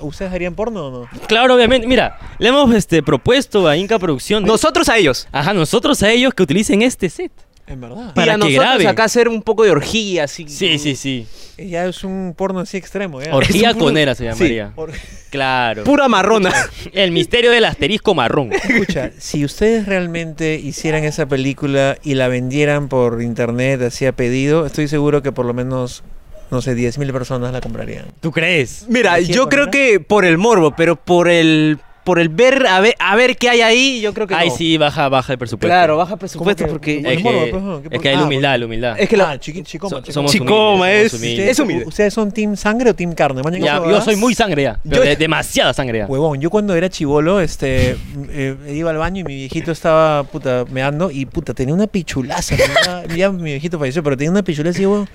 ¿Ustedes harían porno o no? Claro, obviamente. Mira, le hemos este, propuesto a Inca Producciones. Nosotros a ellos. Ajá, nosotros a ellos que utilicen este set. En verdad. Para y a que nosotros grabe. acá hacer un poco de orgía, así. Sí, sí, sí. Ya es un porno así extremo, ya. Orgía Es un puro- conera Sí. se llamaría. Or- Claro. Pura marrona. El misterio del asterisco marrón. Escucha, si ustedes realmente hicieran esa película y la vendieran por internet, así a pedido, estoy seguro que por lo menos, no sé, 10.000 personas la comprarían. ¿Tú crees? Mira, ¿Orgía yo creo conera? que por el morbo, pero por el por el ver a ver, a ver qué hay ahí, yo creo que Ay, no. sí, baja, baja el presupuesto. Claro, baja presupuesto que- porque Bueno, Es morbo, que, pues, ¿no? ¿Qué es por- que hay ah, la humildad, la humildad. es que la- ah, chiqui- chicoma, So- chicoma. somos Chicoma, humildes, es- somos ¿Ustedes, humildes. es humilde. ¿Ustedes son team sangre o team carne? Maña, Ya, ¿cómo yo vas? soy muy sangre ya. pero Yo- de- demasiada sangre ya. Huevón, yo cuando era chivolo, este, m- eh, iba al baño y mi viejito estaba, puta, meando y, puta, tenía una pichulaza. ¿no? ya, ya mi viejito falleció, pero tenía una pichulaza y, huevón,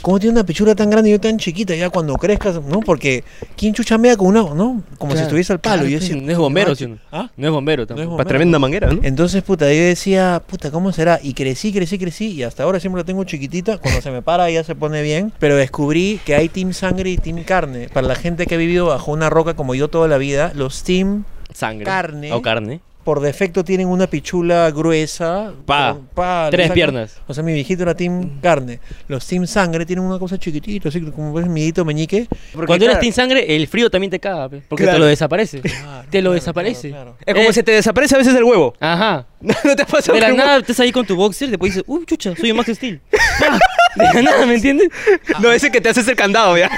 ¿cómo tiene una pichula tan grande y yo tan chiquita? Ya cuando crezcas, ¿no? Porque, ¿quién chucha mea con una, no? Como si estuviese al palo. Claro, y yo pues, decía, no es bombero, "Ah, sí, no. ¿Ah? No es bombero tampoco. bombero. Pa' tremenda manguera, ¿no? Entonces, puta, yo decía, puta, ¿cómo será? Y crecí, crecí, crecí, y hasta ahora siempre la tengo chiquitita. Cuando se me para, ya se pone bien. Pero descubrí que hay team sangre y team carne. Para la gente que ha vivido bajo una roca como yo toda la vida, los team Sangre. Carne. O carne. por defecto tienen una pichula gruesa. Pa. con- pa, le Tres sacan- piernas. O sea, mi viejito era team carne. Los team sangre tienen una cosa chiquitita, así como ves mi dedito meñique. Cuando eres claro, team sangre, el frío también te caga, pe, porque Claro. te lo desaparece. te lo Ah, claro, desaparece. claro, Es como Eh, se te desaparece a veces el huevo. Ajá. No, no te pasa De la que el huevo- nada estás ahí con tu boxer, después dices, uy, chucha, soy un Max Steel. Pa, De la nada, ¿me entiendes? Eh, No, ese que te haces el candado, ya.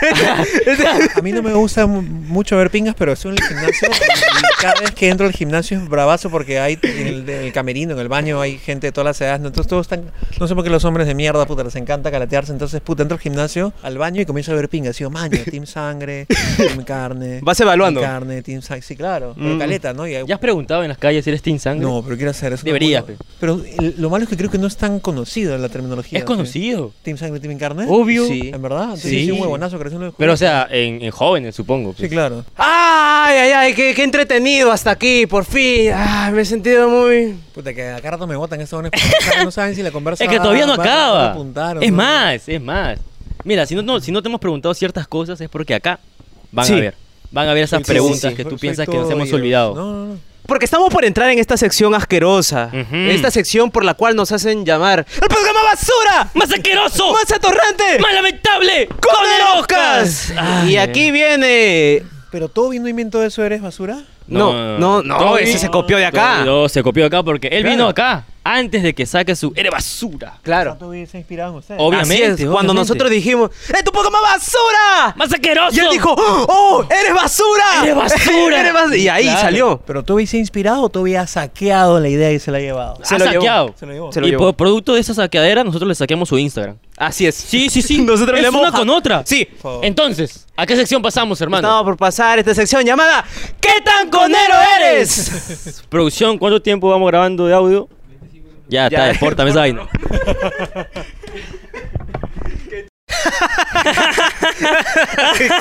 Ese- A mí no me gusta mu- mucho ver pingas, pero estoy en el gimnasio y cada vez que entro al gimnasio es bravazo porque hay en el, en el camerino, en el baño, hay gente de todas las edades. ¿no? Entonces todos están, no sé por qué los hombres de mierda, puta, les encanta calatearse. Entonces, puta, entro al gimnasio, al baño y comienzo a ver pingas. Digo, maño, team sangre, team carne. Vas evaluando. Team carne, team sangre, sí, claro. Mm. Pero caleta, ¿no? Y hay- ¿Ya has preguntado en las calles si eres team sangre? no, pero quiero hacer eso. Deberías, Debería. Pero el- lo malo es que creo que no es tan conocido en la terminología. Es ¿sí? conocido. Team sangre, team carne. Obvio. Sí. ¿En verdad? Entonces, Sí. sí. un huevonazo, creo que eso no lo Pero o sea, en, en jóvenes, supongo. Sí, pues. claro. Ay, ay, ay, qué, qué entretenido hasta aquí, por fin. Ay, me he sentido muy. Puta, que a cada rato me botan estos dones. porque No saben si la conversa. Es que todavía no va- va a acaba. apuntar o es Ah, no. más, es más. Mira, si no, no- si no te hemos preguntado ciertas cosas es porque acá van Sí. a ver. Van a ver esas Soy- preguntas soy- que tú soy piensas que todo nos hemos oídos. olvidado. No, no, no. Porque estamos por entrar en esta sección asquerosa. Ujú. Esta sección por la cual nos hacen llamar. ¡El programa basura! ¡Más asqueroso! ¡Más atorrante! ¡Más lamentable! ¡Con el Oscars! Ay, Y aquí viene. Pero todo vino invento de eso, ¿eres basura? No, no, no, Todo ese vi- se copió de acá. No, se copió de acá porque él Claro. vino acá antes de que saque su Eres basura. Claro. Todo se inspirado en ustedes. Obvio. Así Obviamente, es, cuando obviamente. nosotros dijimos, ¡Es tu programa basura! ¡Más asqueroso! Y él dijo, ¡Oh, eres basura! ¡Eres basura! Eres bas- Y ahí Claro. salió. Pero todo se inspirado o todavía ha saqueado la idea y se la ha llevado. se ha lo llevó. saqueado. Se lo llevó. Se lo y llevó. por producto de esa saqueadera, nosotros le saqueamos su Instagram. Así es. Sí, sí, sí. Nosotros es le hemos- una con otra. Sí. favor. Entonces, ¿a qué sección pasamos, hermano? Estaba por pasar esta sección llamada ¿Qué tan conero eres? Producción, ¿cuánto tiempo vamos grabando de audio? Ya, Ya. está, exportame esa vaina.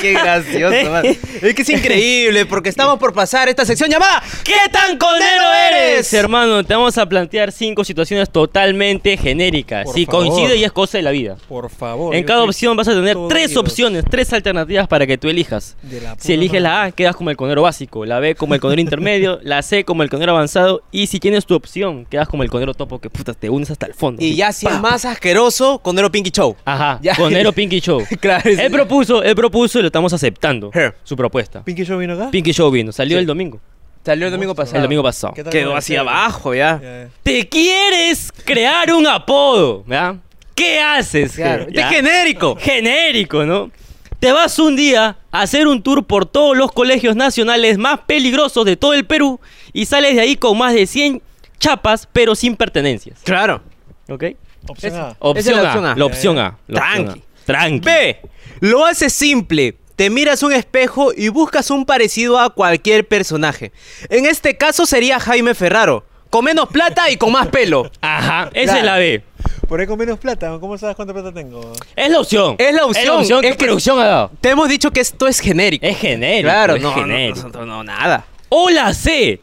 Qué gracioso, man. Es que es increíble porque estamos por pasar esta sección llamada ¿Qué tan conero eres? Hermano, te vamos a plantear cinco situaciones totalmente genéricas. Por Si favor. coincide y es cosa de la vida. Por favor. En yo cada soy opción vas a tener todo tres oídos. opciones, tres alternativas para que tú elijas. De la Si puta eliges la madre. A, quedas como el conero básico, la B como el conero intermedio, la C como el conero avanzado y si tienes tu opción, quedas como el conero topo que puta te unes hasta el fondo. Y ya si es más asqueroso, conero Pinky Show. Ajá, Ya. conero Pinky Show. Claro, es- Él propuso, él propuso y lo estamos aceptando. Her. Su propuesta. ¿Pinky Show vino acá? Pinky Show vino, salió el domingo. Salió el domingo pasado. El domingo pasado. ¿Qué tal Quedó con así ustedes? abajo ya. Ya, ya. Te quieres crear un apodo, ¿verdad? ¿Qué haces? Claro. Ger? Este es ¿Ya? genérico. Genérico, ¿no? Te vas un día a hacer un tour por todos los colegios nacionales más peligrosos de todo el Perú y sales de ahí con más de 100 chapas, pero sin pertenencias. Claro. ¿Ok? Opción A. la Opción, a, opción A. La opción A. la opción Tranqui. A. Tranqui. B. Lo haces simple. Te miras un espejo y buscas un parecido a cualquier personaje. En este caso sería Jaime Ferraro. Con menos plata y con más pelo. Ajá, esa es Claro. la B. Por ahí con menos plata, ¿cómo sabes cuánta plata tengo? Es la opción. Es la opción. que Es que- producción ha dado. Te hemos dicho que esto es genérico. Es genérico. claro, es no, no, genérico. no, no, nada. O la C.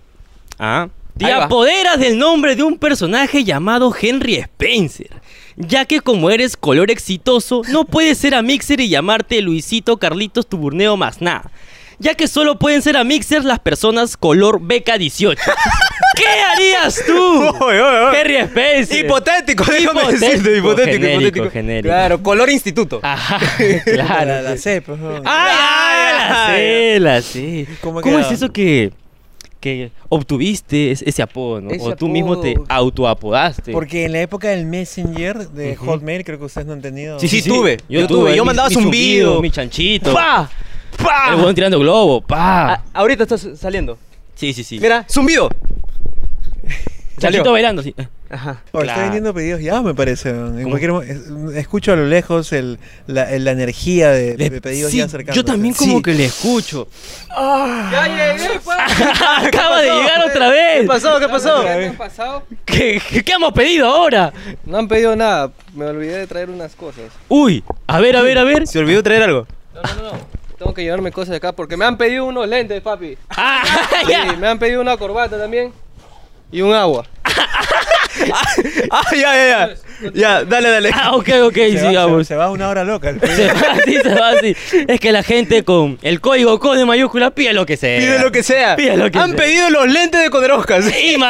Ah. Te Ahí va. apoderas del nombre de un personaje llamado Henry Spencer. Ya que como eres color exitoso, no puedes ser a Mixer y llamarte Luisito Carlitos Tuburneo más nada. Ya que solo pueden ser a Mixer las personas color beca 18. ¿Qué harías tú? Oy, oy, oy. Henry Spencer. Hipotético, déjame Hipotético, decirte, hipotético, genérico, hipotético. genérico. Ah, Claro, color instituto. Ajá, La- claro. Ah, La, la C, pues. no. ¡Ay, ay, ay, la sé, la sé! ¿Cómo ¿Cómo, queda? es eso que, que obtuviste es- ese apodo, no? Ese o tú mismo te apodo. autoapodaste. Porque en la época del Messenger de Hotmail, creo que ustedes no han tenido. Sí, sí, tuve, yo tuve, yo mi- mandaba mi zumbido. mi chanchito. ¡Pa! El ¡Pa! huevón tirando globo, A- pa. Ah, ahorita estás saliendo. sí, sí, sí. Mira, zumbido. chanchito salió. bailando, sí. Ajá. O Claro. está Oh, vendiendo pedidos ya, me parece. En cualquier mo- es- escucho a lo lejos el, la, el- la energía de, Le- de pedidos sí, ya acercándose. yo también como Sí. que le escucho. ¡Ya llegué, papi! Acaba de pasó? llegar otra vez. ¿Qué pasó? ¿Qué pasó? ¿Qué han pasado? ¿Qué, qué, qué hemos pedido ahora? No han pedido nada. Me olvidé de traer unas cosas. Uy, a ver, a ver, a ver. Se olvidó traer algo. No, no, no. Tengo que llevarme cosas de acá porque me han pedido unos lentes, papi. Ah, Sí, ya. me han pedido una corbata también. Y un agua. Ah, ah, ya, ya, ya. Ya, dale, dale. Ah, ok, ok, Se va- se, sigamos. se va una hora loca. el Se va así, se va así. Es que la gente con el código CODE mayúscula pide lo que sea. Eh, Pide lo que sea. Pide lo que Han sea. pedido los lentes de Coderoscas.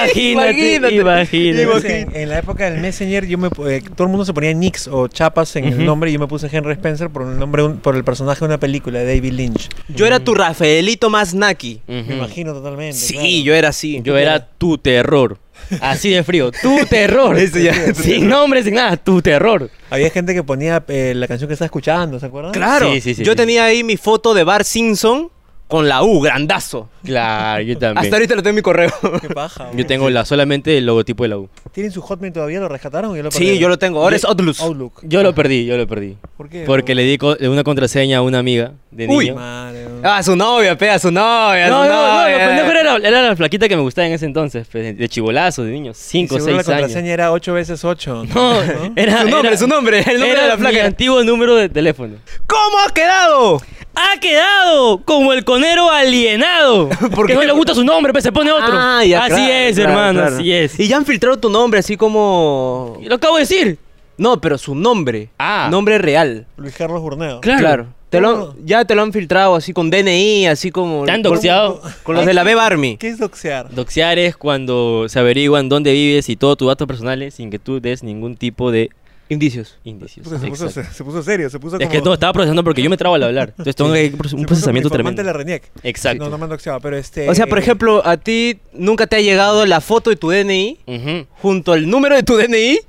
Imagínate, Imagínate. imagínate. Entonces, Imagínate. en, en la época del Messenger, yo me, pu- eh, todo el mundo se ponía Nix o Chapas en el nombre. y Yo me puse Henry Spencer por el nombre de un- por el personaje de una película de David Lynch. Yo era tu Rafaelito más naki. Me imagino totalmente. Sí, yo era así. Mm. Yo era tu terror. Así de frío, tu terror. Eso ya. Sin nombre, sin nada, tu terror. Había gente que ponía eh, la canción que estaba escuchando, ¿se acuerdan? Claro. Sí, sí, sí, yo sí. tenía ahí mi foto de Bar Simpson con la U, grandazo. Claro, yo también. Hasta ahorita lo tengo en mi correo. Qué paja. Yo tengo la, solamente el logotipo de la U. ¿Tienen su Hotmail todavía? ¿Lo rescataron? Yo lo sí, yo lo tengo. Ahora es Outlus. Outlook. Yo lo perdí, yo lo perdí. ¿Por qué? Porque le di co- una contraseña a una amiga de Uy. niño. Madre, Ah, su novia, pea, su novia. No, no, su no, novia. lo pendejo era, era la flaquita que me gustaba en ese entonces, pues, de chibolazo, de niño, Y 5 o seguro 6 la años. contraseña era 8 veces 8. No, era, Su nombre, era- su nombre, el nombre era de la flaca. Mi antiguo número de teléfono. ¿Cómo ha quedado? Ha quedado como el conero alienado. ¿Por Porque no qué? le gusta su nombre, pues se pone otro. Ah, ya, así claro, es, claro, hermano, claro. así es. Y ya han filtrado tu nombre así como... Y lo acabo de decir. No, pero su nombre. Ah. Nombre real. Luis Carlos Burneo. Claro. Te lo, ya te lo han filtrado así con DNI, así como... Te han ¿Ah? con- doxeado. Con los de la Beb Army. ¿Qué es doxear? Doxear es cuando se averiguan dónde vives y todos tus datos personales sin que tú des ningún tipo de Indicios. indicios. Puta, se, puso, Exacto. se- se puso serio, se puso Es como... que todo estaba procesando porque yo me trabo al hablar. Entonces tengo que- un procesamiento tremendo. la RENIEC. Exacto. No, no me han doxeado, pero este... O sea, por eh, ejemplo, a ti nunca te ha llegado la foto de tu DNI Ujú. junto al número de tu DNI,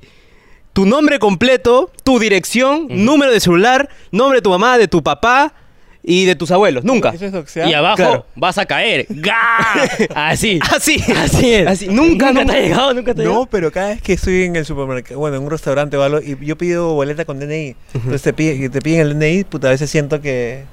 tu nombre completo, tu dirección, número de celular, nombre de tu mamá, de tu papá y de tus abuelos. Nunca. ¿Eso es doxear? Y abajo Claro. vas a caer. ¡Ga! Así. Así. Así es. Así. Nunca, nunca nunca. te ha llegado, nunca te ha No, llegado. pero cada vez que estoy en el supermercado, bueno, en un restaurante o algo, y yo pido boleta con DNI, entonces te, pide- te piden el DNI, puta, a veces siento que,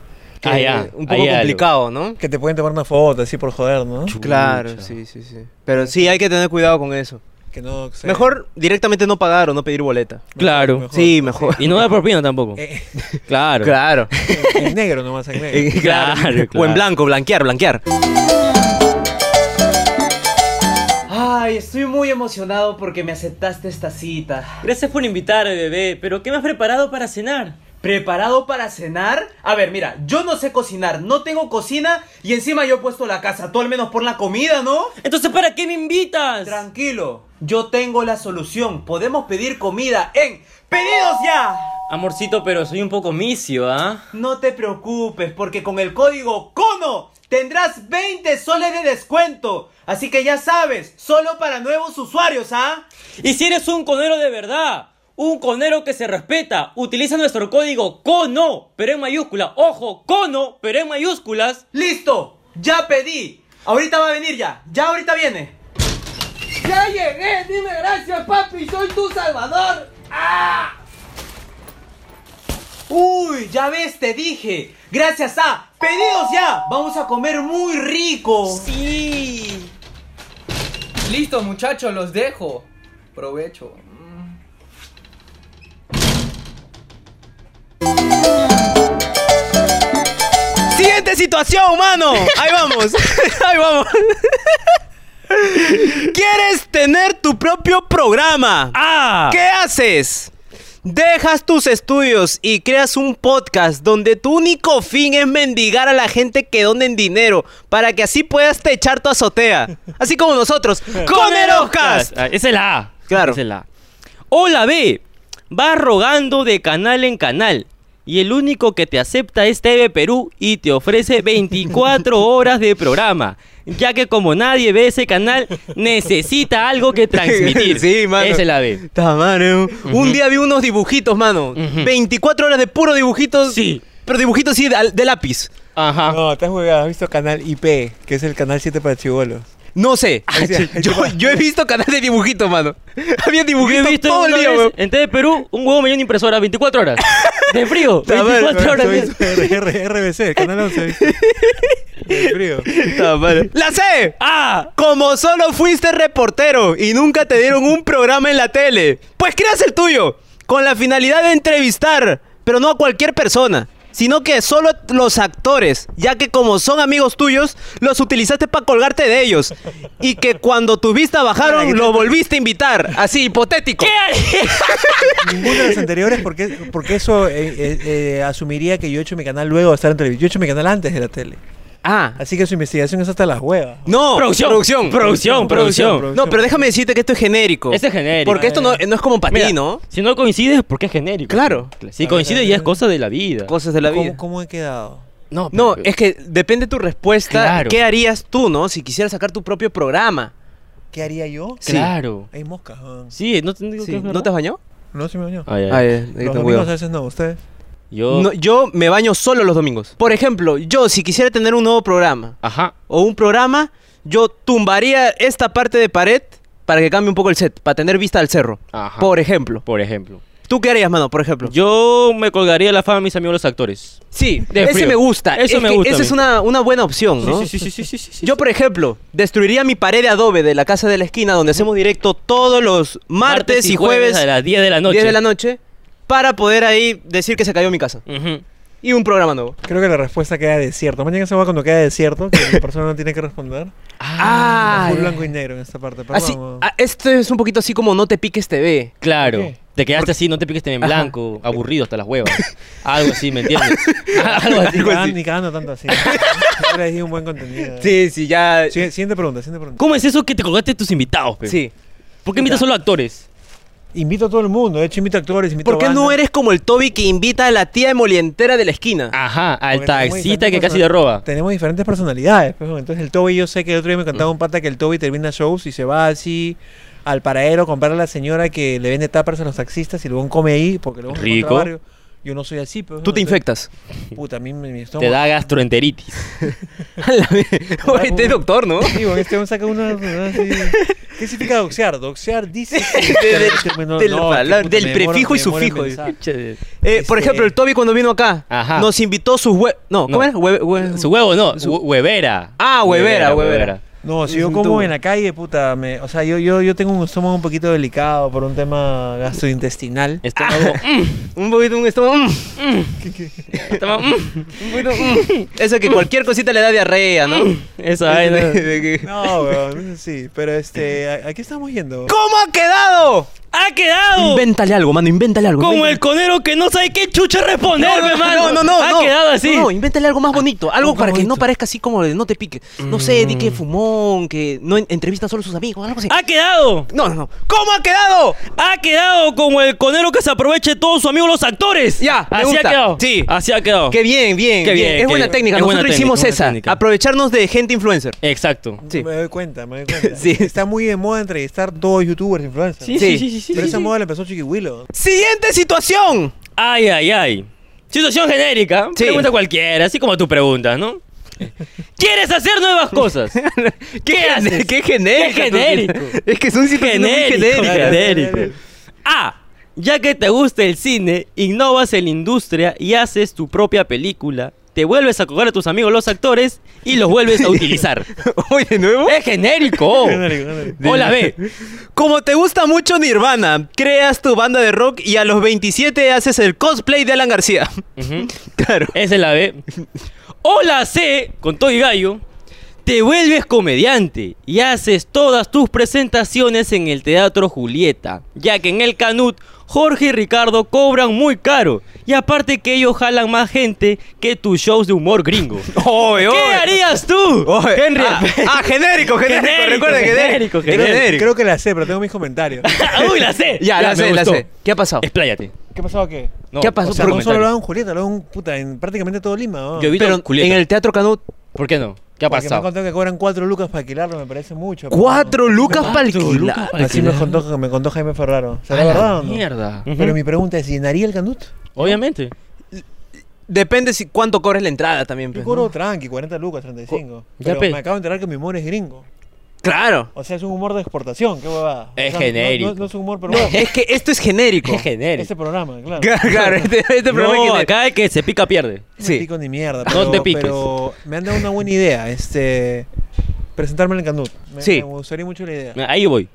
Que Ah, ya. Un Ahí poco hay algo. complicado, ¿no? que te pueden tomar una foto, así por joder, ¿no? Claro, sí, sí, sí. Pero sí, hay que tener cuidado con eso. Que no sé. Mejor directamente no pagar o no pedir boleta. Claro. Mejor. Sí, mejor. Y no da propina tampoco. Eh, Claro. Claro. en negro nomás, en negro. Eh, Claro, O en claro. blanco, blanquear, blanquear. Ay, estoy muy emocionado porque me aceptaste esta cita. Gracias por invitarme, bebé. Pero ¿qué me has preparado para cenar? ¿Preparado para cenar? A ver, mira, yo no sé cocinar, no tengo cocina y encima yo he puesto la casa. Tú al menos por la comida, ¿no? Entonces, ¿para qué me invitas? Tranquilo, yo tengo la solución. Podemos pedir comida en Pedidos Ya. Amorcito, pero soy un poco misio, ¿ah? No te preocupes, porque con el código CONO tendrás 20 soles de descuento. Así que ya sabes, solo para nuevos usuarios, ¿ah? Y si eres un conero de verdad, un conero que se respeta, utiliza nuestro código CONO, pero en mayúscula. Ojo, CONO, pero en mayúsculas. ¡Listo! ¡Ya pedí! Ahorita va a venir ya, ya ahorita viene. ¡Ya llegué! ¡Dime gracias, papi! ¡Soy tu salvador! ¡Ah! Uy, ya ves, te dije. Gracias a Pedidos Ya, vamos a comer muy rico. ¡Sí! Listo, muchachos, los dejo. Provecho. Siguiente situación, mano. Ahí vamos. Ahí vamos. ¿Quieres tener tu propio programa? ¡Ah! ¿Qué haces? Dejas tus estudios y creas un podcast donde tu único fin es mendigar a la gente que donen dinero para que así puedas te echar tu azotea. Así como nosotros, con el Oscast. Ah, Esa es la A. Claro. Esa es la A. O la B. Vas rogando de canal en canal. Y el único que te acepta es TV Perú y te ofrece 24 horas de programa. Ya que como nadie ve ese canal, necesita algo que transmitir. Sí, mano. Esa es la B. Ta madre, un- Un día vi unos dibujitos, mano. 24 horas de puro dibujitos. Sí. Pero dibujitos sí de, de lápiz. ah. Ajá. No, estás jugando, has visto Canal IP, que es el Canal 7 para chivolos. No sé. Ahí sí, ahí sí yo, va. yo he visto canal de dibujitos, mano. Había dibujitos He visto todo el una día, vez weón. En TV Perú, un huevo millón de impresora, 24 horas. De frío, Está mal, 24 horas. Soy- soy R- RBC, el Canal 11. De frío. Ta madre. ¡La sé! ¡Ah! Como solo fuiste reportero y nunca te dieron un programa en la tele, pues creas el tuyo, con la finalidad de entrevistar, pero no a cualquier persona, sino que solo los actores, ya que como son amigos tuyos, los utilizaste para colgarte de ellos. Y que cuando tus vistas bajaron, los volviste a invitar. Así, hipotético. Ninguno de los anteriores, porque, porque eso eh, eh, eh, asumiría que yo he hecho mi canal luego de estar en televisión. Yo he hecho mi canal antes de la tele. Ah. Así que su investigación es hasta las huevas. No, Producción, producción. producción, producción. No, pero déjame decirte que esto es genérico. Este es genérico. Porque esto no, no es como para Mira, ti, ¿no? Si no coincides, porque es genérico. Claro. Si coincide, ya es cosa de la vida. Cosas de la vida. ¿Cómo, cómo he quedado? No, No, pero- es que depende de tu respuesta. Claro. ¿Qué harías tú, no? Si quisieras sacar tu propio programa. ¿Qué haría yo? Sí. Claro. Hay moscas. weón. Sí, no te digo Sí, que es ¿No verdad. te has bañado? No, se me bañó. Ay, Ah, ay. ya, ahí Los tengo domingos a cuidado. veces no, ustedes. Yo. No, yo me baño solo los domingos. Por ejemplo, yo si quisiera tener un nuevo programa Ajá. o un programa, yo tumbaría esta parte de pared para que cambie un poco el set, para tener vista al cerro. Ajá. Por ejemplo. Por ejemplo. ¿Tú qué harías, mano? Por ejemplo. Yo me colgaría la fama de mis amigos los actores. sí, de ese frío. me gusta. Eso Es me que gusta a Esa mí. es una, una buena opción, ¿no? Sí, sí, sí, sí, sí, sí, sí, Yo, sí. por ejemplo, destruiría mi pared de adobe de la casa de la esquina donde hacemos directo todos los martes, y jueves, a las 10 de la noche. 10 de la noche, para poder ahí decir que se cayó mi casa. Ujú. Y un programa nuevo. Creo que la respuesta queda desierto. Mañana se va cuando queda desierto, que la persona no tiene que responder. Ah, Full ya. blanco y negro en esta parte. Perdón, Así, weón. ah, esto es un poquito así como no te piques TV. Claro. ¿Por qué? Te quedaste así, no te piques en Ajá. blanco, aburrido hasta las huevas. Algo así, ¿me entiendes? Algo así. ni, cagando, ni cagando tanto así. Siempre les di un buen contenido. Sí, sí, ya. Sí. Sigu- Siguiente pregunta, siguiente pregunta. ¿Cómo es eso que te colgaste de tus invitados, pe? ¿Por qué invitas solo actores? Invito a todo el mundo, de hecho invito a actores, invito ¿Por qué a no bandas. eres como el Toby que invita a la tía molientera de la esquina? Ajá, al Porque tenemos taxista que diferentes casi le personal- roba. Tenemos diferentes personalidades. pues, bueno. Entonces el Toby, yo sé que el otro día me contaba un pata que el Toby termina shows y se va así al paradero a comprar a la señora que le vende tapas a los taxistas y luego come ahí porque luego se encuentra Rico. barrio. Yo no soy así. Pues, Tú te bueno, entonces- infectas. Puta, a mí me, mi Te estómago- da gastroenteritis. A la vez. Oye, este es doctor, ¿no? Digo, este hombre saca una. una así- ¿Qué significa doxear? Doxear dice. este de- de- del palabra- puta, del me demoro- prefijo me demoro en y sufijo, pensar. Eh, por Este- ejemplo, el Toby cuando vino acá Ajá. nos invitó sus hue... No, ¿cómo No. era? Hue- hue- Su huevo, no, su huevera. Ah, huevera, huevera. No, si Es yo un como tubo. en la calle, puta, me, o sea, yo, yo, yo tengo un estómago un poquito delicado por un tema gastrointestinal. Estómago. Un poquito, un estómago. mm, Estómago, mm. un poquito, mm. Eso que cualquier cosita le da diarrea, ¿no? Esa vaina. De- de que- No, weón, no sé, sí, pero este, ¿a, a qué estamos yendo? ¿Cómo ha quedado? ¡Ha quedado! Invéntale algo, mano, invéntale algo. Como el invéntale. conero que no sabe qué chucha responder, no, hermano. no, no, no, Ha no. quedado así. No, invéntale algo más bonito, algo ¿Cómo para que no bonito? parezca así como de no te pique. No sé, di que fumón, que no en- entrevista solo a sus amigos, algo así. Ha quedado. No, no, no. ¿Cómo ha quedado? Ha quedado como el conero que se aprovecha de todos sus amigos los actores. Ya, me así gusta. ha quedado. Sí. Así ha quedado. Qué bien, bien, Oh. bien. Qué bien, Es qué buena bien. técnica. Es buena Nosotros hicimos técnica, buena esa, técnica. aprovecharnos de gente influencer. Exacto. Sí. Me doy cuenta, me doy cuenta. Sí. Está muy de moda entrevistar todos youtubers, influencers. Sí, Sí. Oh. sí, sí, sí, sí, Pero sí, esa sí. moda la empezó Chiquihuilo. Siguiente situación. Ay, ay, ay. Situación genérica. Sí. Pregunta cualquiera, así como tú preguntas, ¿no? ¿Quieres hacer nuevas cosas? ¿Qué haces? Qué genérico. Ah, Qué genérico. Es que son situaciones Genérico, muy genéricas. genérico. A. Ya que te gusta el cine, innovas en la industria y haces tu propia película. Te vuelves a coger a tus amigos los actores y los vuelves a utilizar. Oye, ¿de nuevo. ¡Es genérico! Genérico, genérico. O la B. Como te gusta mucho Nirvana, creas tu banda de rock y a los 27 haces el cosplay de Alan García. Ujú. Claro. Esa es la B. O la C, con todo y gallo, te vuelves comediante y haces todas tus presentaciones en el Teatro Julieta, ya que en el Canut Jorge y Ricardo cobran muy caro y aparte que ellos jalan más gente que tus shows de humor gringo. Oye, ¿Qué oye. harías tú, Oye, Henry? ah, ah, genérico, genérico, Genérico, recuerden, genérico, genérico, genérico. genérico. Creo que la sé, pero tengo mis comentarios. Uy, la C. Ya, la me sé, la gustó. sé. ¿Qué ha pasado? Expláyate. ¿Qué pasó qué? No, ¿Qué ha pasado? O sea, Por no solo comentario. hablaban Julieta, hablaban puta en prácticamente todo Lima. ¿no? Yo vi Pero Julieta. en el Teatro Canut, ¿Por qué no? ¿Qué ha Porque me pasado? contó que cobran cuatro lucas para alquilarlo, me parece mucho. pero cuatro no. lucas para alquilar. lucas para Así me alquilar. contó, me contó Jaime Ferraro. A ¿Será la verdad o no? Mierda. Ujú. Pero mi pregunta es, ¿llenaría el Canut? Obviamente. Depende si cuánto cobres la entrada también. Yo pues, cobro ¿no? tranqui, 40 lucas, 35. Ya, Pero pe. me acabo de enterar que mi humor es gringo. Claro. O sea, es un humor de exportación, qué huevada. Es O sea, no- genérico. No, no es un humor, pero No, bueno, es que esto es genérico. Es genérico. este programa, claro. Claro, claro, este, este no, programa es genérico. acá el que se pica pierde. No sí. me pico ni mierda. No Pero, te piques. Pero me han dado una buena idea, este... Presentarme en el Canut. Me, Sí. me gustaría mucho la idea. Ahí voy.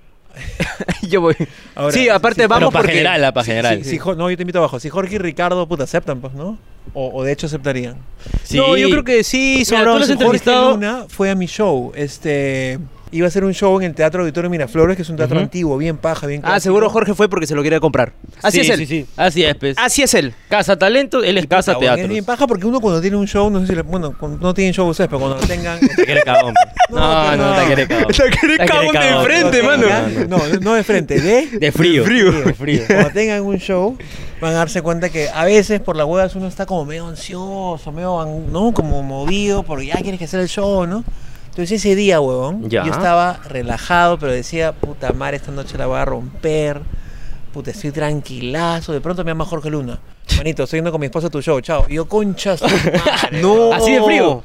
Yo voy. Ahora, sí, sí, aparte sí, vamos Pero para porque general, ah, para Sí, general. sí, sí, Jo- no, yo te invito abajo. Si Jorge y Ricardo, puta, aceptan, pues, ¿no? O, o de hecho aceptarían. Sí. No, yo creo que sí, Mira, tú sobraba los su- entre- Jorge entrevistado- Luna fue a mi show. Este iba a hacer un show en el Teatro Auditorio Miraflores, que es un teatro Ujú. antiguo, bien paja, bien Ah, clásico. seguro Jorge fue porque se lo quería comprar. Así Sí, es él. sí, sí. Así es, pues. Así es él. Casa talento, él es casa Porque teatro. Es bien paja porque uno cuando tiene un show, no sé si le- bueno, cuando no tienen show ustedes, pero cuando lo tengan Te quiere cagón. No, No, que no, no. te quiere cagón. Te quiere Te cagón de cagón. frente, Cuando mano. tengan- No, no de frente, de De frío. De frío. Cuando tengan un show, van a darse cuenta que a veces por las huevas uno está como medio ansioso, medio, an- ¿no? Como movido, porque ya quieres que hacer el show, ¿no? Entonces ese día, huevón, Ya. yo estaba relajado, pero decía, puta madre, esta noche la voy a romper. Puta, estoy tranquilazo. De pronto me llama Jorge Luna. Manito, estoy yendo con mi esposa a tu show. Chao. Y yo, conchas. No. Así de frío.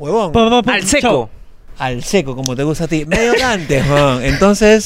Huevón. Al seco. al seco, como te gusta a ti, medio antes, weón. Entonces,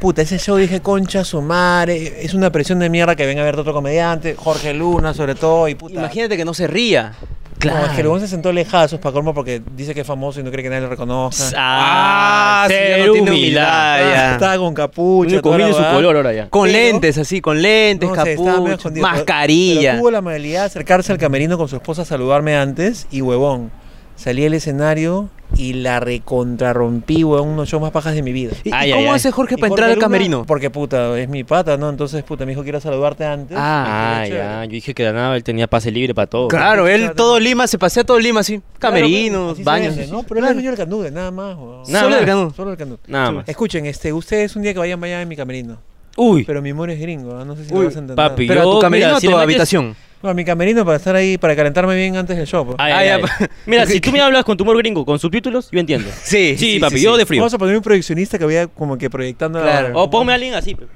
puta, ese show dije, concha, su madre, es una presión de mierda que venga a ver otro comediante, Jorge Luna sobre todo, y puta. Imagínate que no se ría. Claro. Jorge Luna se sentó lejazos para colmo porque dice que es famoso y no cree que nadie lo reconozca. Ah, sí, ya ser no tiene humildad. humildad, Ah, ya. Estaba con capucha, Uno toda la combina su huevada. color ahora ya. Con Pero- lentes, así, con lentes, No sé, estaba medio capucha, escondido, pero- mascarilla. pero tuvo la amabilidad de acercarse al camerino con su esposa a saludarme antes y huevón. Salí al escenario y la recontrarrompí, huevón, unos shows más pajas de mi vida. ¿Y, y Ay, cómo ay, hace Jorge ¿Y para Jorge entrar al Luna? camerino? Porque puta, es mi pata, ¿no? Entonces, puta, me dijo quiero saludarte antes. Ah, Y dije, chévere. pues, Yo dije que de nada, él tenía pase libre para todo. Claro, él Claro. todo Lima, se pasea todo Lima así. Claro, Camerinos, así se baños. vende, sí, ¿no? sí. Pero él Claro. es dueño del Canude, nada más. weón. Nada Solo más. del Canude. Solo el Canude. Nada más. Escuchen, este, ustedes un día que vayan, vayan a mi camerino. Uy, Pero mi humor es gringo, ¿ah? no sé si Uy, lo vas a entender. papi. Pero a Yo, tu mira, camerino o a si tu le metes- habitación. No, a mi camerino para estar ahí, para calentarme bien antes del show. pues. Ay, Ay, ay, ay. ay. Mira, si tú me hablas con tu humor gringo, con subtítulos, yo entiendo. Sí, Sí, papi, yo de frío. Vamos a poner un proyeccionista que vaya como que proyectando. la- Claro. Oh, O ponme a alguien así. pe.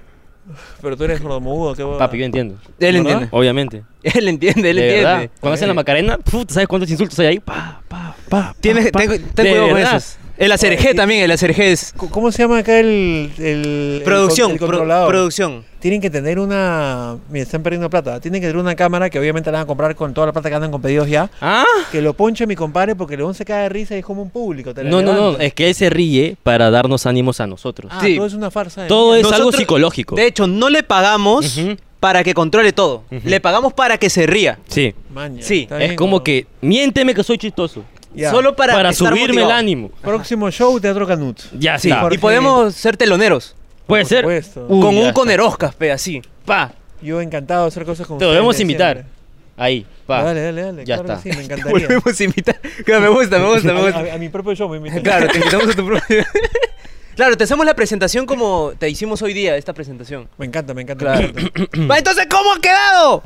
Pero tú eres gordomudo, qué huevada. Papi, yo entiendo. Él ¿Verdad? entiende. Obviamente. Él entiende, él De entiende. verdad. Cuando hacen la Macarena, puf, ¿sabes cuántos insultos hay ahí? Pa, pa, pa. Tienes, pa, pa. ten, ten De cuidado con verdad. eso. El Eh, acerje también, el acerje es. C- ¿Cómo se llama acá el. el- el Producción, con- el pro- controlador? producción. tienen que tener una. Mira, están perdiendo plata. Tienen que tener una cámara que obviamente la van a comprar con toda la plata que andan con pedidos ya. ¿Ah? Que lo ponche mi compadre porque León se cae de risa y es como un público. te la No, no, no. levanta. Es que él se ríe para darnos ánimos a nosotros. Ah, sí. todo es una farsa. de Todo mierda. es algo Nosotros- psicológico. De hecho, no le pagamos Ujú. para que controle todo. Le pagamos para que se ría. Sí. Maña, Sí, está Es bien, como ¿no? que, miénteme que soy chistoso. Ya. Solo para, Para estar subirme motivado. el ánimo. Próximo show, Teatro Canut. Ya Sí, está. Jorge. y podemos ser teloneros. Puede Por ser. supuesto. Uy, con ya un está. coneroscas, pe, así. Pa. Yo encantado de hacer cosas con Te ustedes debemos de invitar. siempre. Ahí, pa. Dale, dale, dale. Ya claro que está. Sí, me encantaría. Volvemos a invitar. Claro, me gusta, me gusta, me A, gusta. a- a mi propio show me invitan. Claro, te invitamos a tu propio. Claro, te hacemos la presentación como te hicimos hoy día, esta presentación. Me encanta, me encanta. Claro. me encanta. Va, Entonces, ¿cómo ha quedado?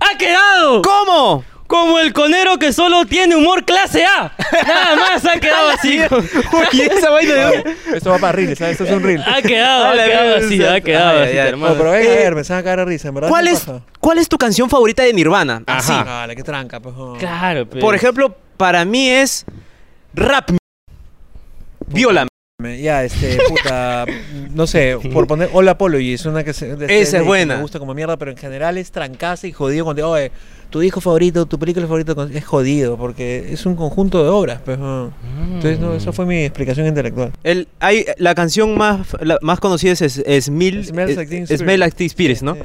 ¡Ha quedado! ¿Cómo? Como el conero que solo tiene humor clase A. Nada más ha quedado así. Oye, esa vaina de dónde- Esto va para reel, ¿sabes? Esto es un reel. Ha quedado, ha Ay, la quedado mierda, así, exacto. ha quedado Ay, así, ay, ay. No, hermano. pero ven a Eh, ver, me se van a caer de risa, en verdad. ¿Cuál me es, pasa. Ah, ¿Cuál es tu canción favorita de Nirvana? Así. Ajá. Dale, qué tranca, pues. no. Claro, pe. Por ejemplo, para mí es rap. Viola. Me- Ya, este, puta, no sé, por poner Hola Polo y es una que se, de- Esa es de- que buena. Me gusta como mierda, pero en general es trancasa y jodido cuando oye, tu disco favorito, tu película favorita con- es jodido porque es un conjunto de obras, pues. ¿no? Entonces, no, esa fue mi explicación intelectual. El, hay, la canción más, la más conocida es, es, es Mil- Smells es- Like Teen es Smells Like Teen Spirit, ¿no?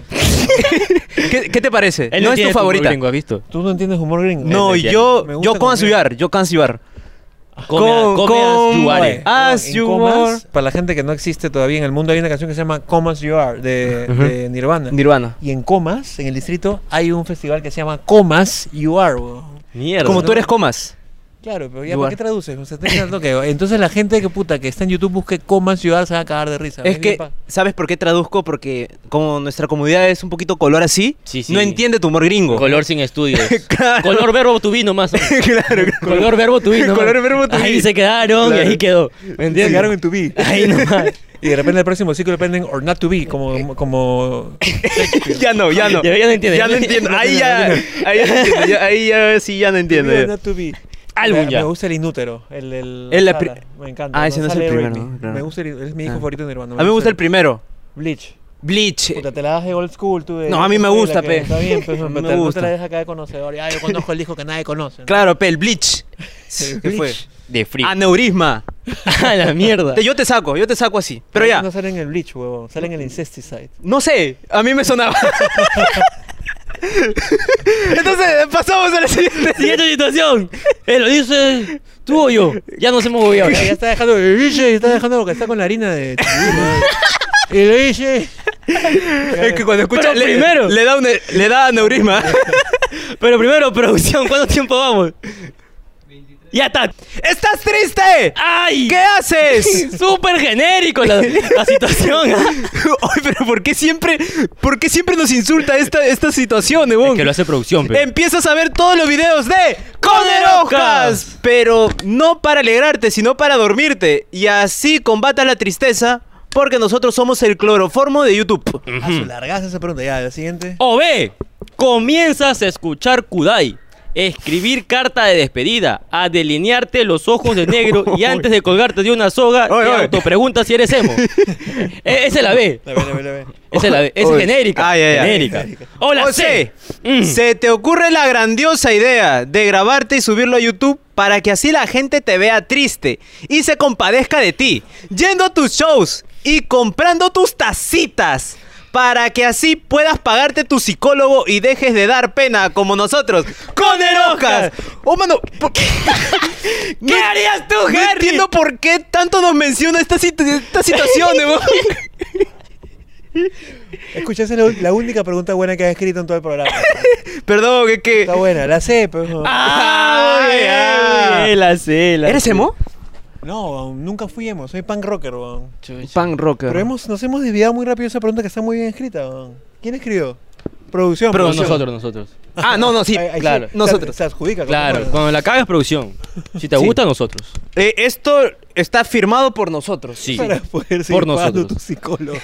¿Qué, qué te parece? Él no es tiene tu humor favorita. gringo, ¿has visto? ¿Tú no entiendes humor gringo? Eh, No, Él tiene. yo, Me gusta yo comer. con Suyar, yo con Suyar. Come, Con- come as you con- are. Oye, Vale. As en you comas, are. para la gente que no existe todavía en el mundo hay una canción que se llama Come As You Are de, de Nirvana. Nirvana. y en Comas, en el distrito, hay un festival que se llama Comas You Are. weón. Mierda. Como tú eres comas. Claro, pero ya, You ¿para are. qué traduces? O sea, te quedas loco. Entonces la gente que puta que está en YouTube busque Comas Ciudad se va a cagar de risa. Es bien que, pa- ¿sabes por qué traduzco? Porque como nuestra comunidad es un poquito color así, Sí, sí. no entiende tu humor gringo. Color sin estudios. Claro. Color verbo tu vino más. claro. Color verbo tu vino. Color verbo tu Ahí vino. se quedaron Claro. y ahí quedó. ¿Me Se entiendes? quedaron en tu be. Ahí nomás. Y de repente el próximo ciclo dependen or not to be, como, como ya no, ya no. Ya- ya no entiende. Ya no entiendo. Ahí ya, ahí ya, no entiendo. Ya- ahí ya sí ya no to be or entiendo. not to be. Álbum me, ya. me gusta el inútero, el, el, El Sara, pri- me encanta. Ah, ese no es el sale primero, Britney. ¿no? Claro. Me gusta el, es mi hijo Ah. favorito de Nirvana. A mí me gusta el primero. Bleach. Bleach. Puta, te la das de old school tú. de- No, a mí me de la gusta, que- pe. Está bien, pero A mí no me te- no gusta. te la dejas caer de conocedor. Ah, yo conozco el disco que nadie conoce. ¿no? Claro, pe, el Bleach. ¿Qué fue? De frío. Aneurisma. A la mierda. Ah, Te- Yo te saco, yo te saco así. Pero ya. No salen en el Bleach, huevón. Salen en el Incesticide. No sé, a mí me sonaba. Entonces, pasamos a la siguiente. Siguiente situación. Eh, lo dice tú o yo. Ya nos hemos movido. Ya, ya está dejando, el biche, está dejando lo que está con la harina de. ¿eh? Y le dice. Es que cuando escucha Pero le, primero. le da un, e- le da aneurisma. Pero primero, producción, ¿cuánto tiempo vamos? Ya está. ¡Estás triste! ¡Ay! ¿Qué haces? Súper genérico la, la situación. ¿ah? Ay, pero ¿por qué siempre, por qué siempre nos insulta esta, esta situación, huevón? Es que lo hace producción, pero. Empiezas a ver todos los videos de Conerojas, pero no para alegrarte, sino para dormirte. Y así combatas la tristeza, porque nosotros somos el cloroformo de YouTube. A su largaza esa pregunta, ya, la siguiente. O B, comienzas a escuchar Kudai, escribir carta de despedida, a delinearte los ojos de negro y antes de colgarte de una soga, Oye, oye. te autopreguntas si eres emo. E- esa es la B. La ve, la ve, la ve. Esa es la B. Es Oye. Ah, genérica. Ay, ay, ay. genérica. O la O C. Mm. Se te ocurre la grandiosa idea de grabarte y subirlo a YouTube para que así la gente te vea triste y se compadezca de ti, yendo a tus shows y comprando tus tacitas. Para que así puedas pagarte tu psicólogo y dejes de dar pena como nosotros. ¡Con erocas! ¡Oh, mano! ¿por qué? ¿Qué harías tú, No Harry? entiendo por qué tanto nos menciona esta, situ- esta situación, huevón. Escucha, esa es la, u- la única pregunta buena que has escrito en todo el programa. Perdón, es que... Está buena, la sé, pero. Ah, muy bien, Ah. muy bien, la C. La ¿Eres C. emo? No, weón, nunca fui emo, soy punk rocker, weón. Pan rocker. Pero hemos, nos hemos desviado muy rápido de esa pregunta que está muy bien escrita, weón. ¿Quién escribió? Producción. No, producción. nosotros, nosotros. Ah, no, no, sí, Ahí- ahí claro. se- Nosotros. Se, se adjudica. Claro, ¿cómo? cuando la cagas, producción. Si te Sí. gusta, nosotros. Eh, esto está firmado por nosotros. Sí. Para poder seguir Por pagando nosotros. tu psicóloga.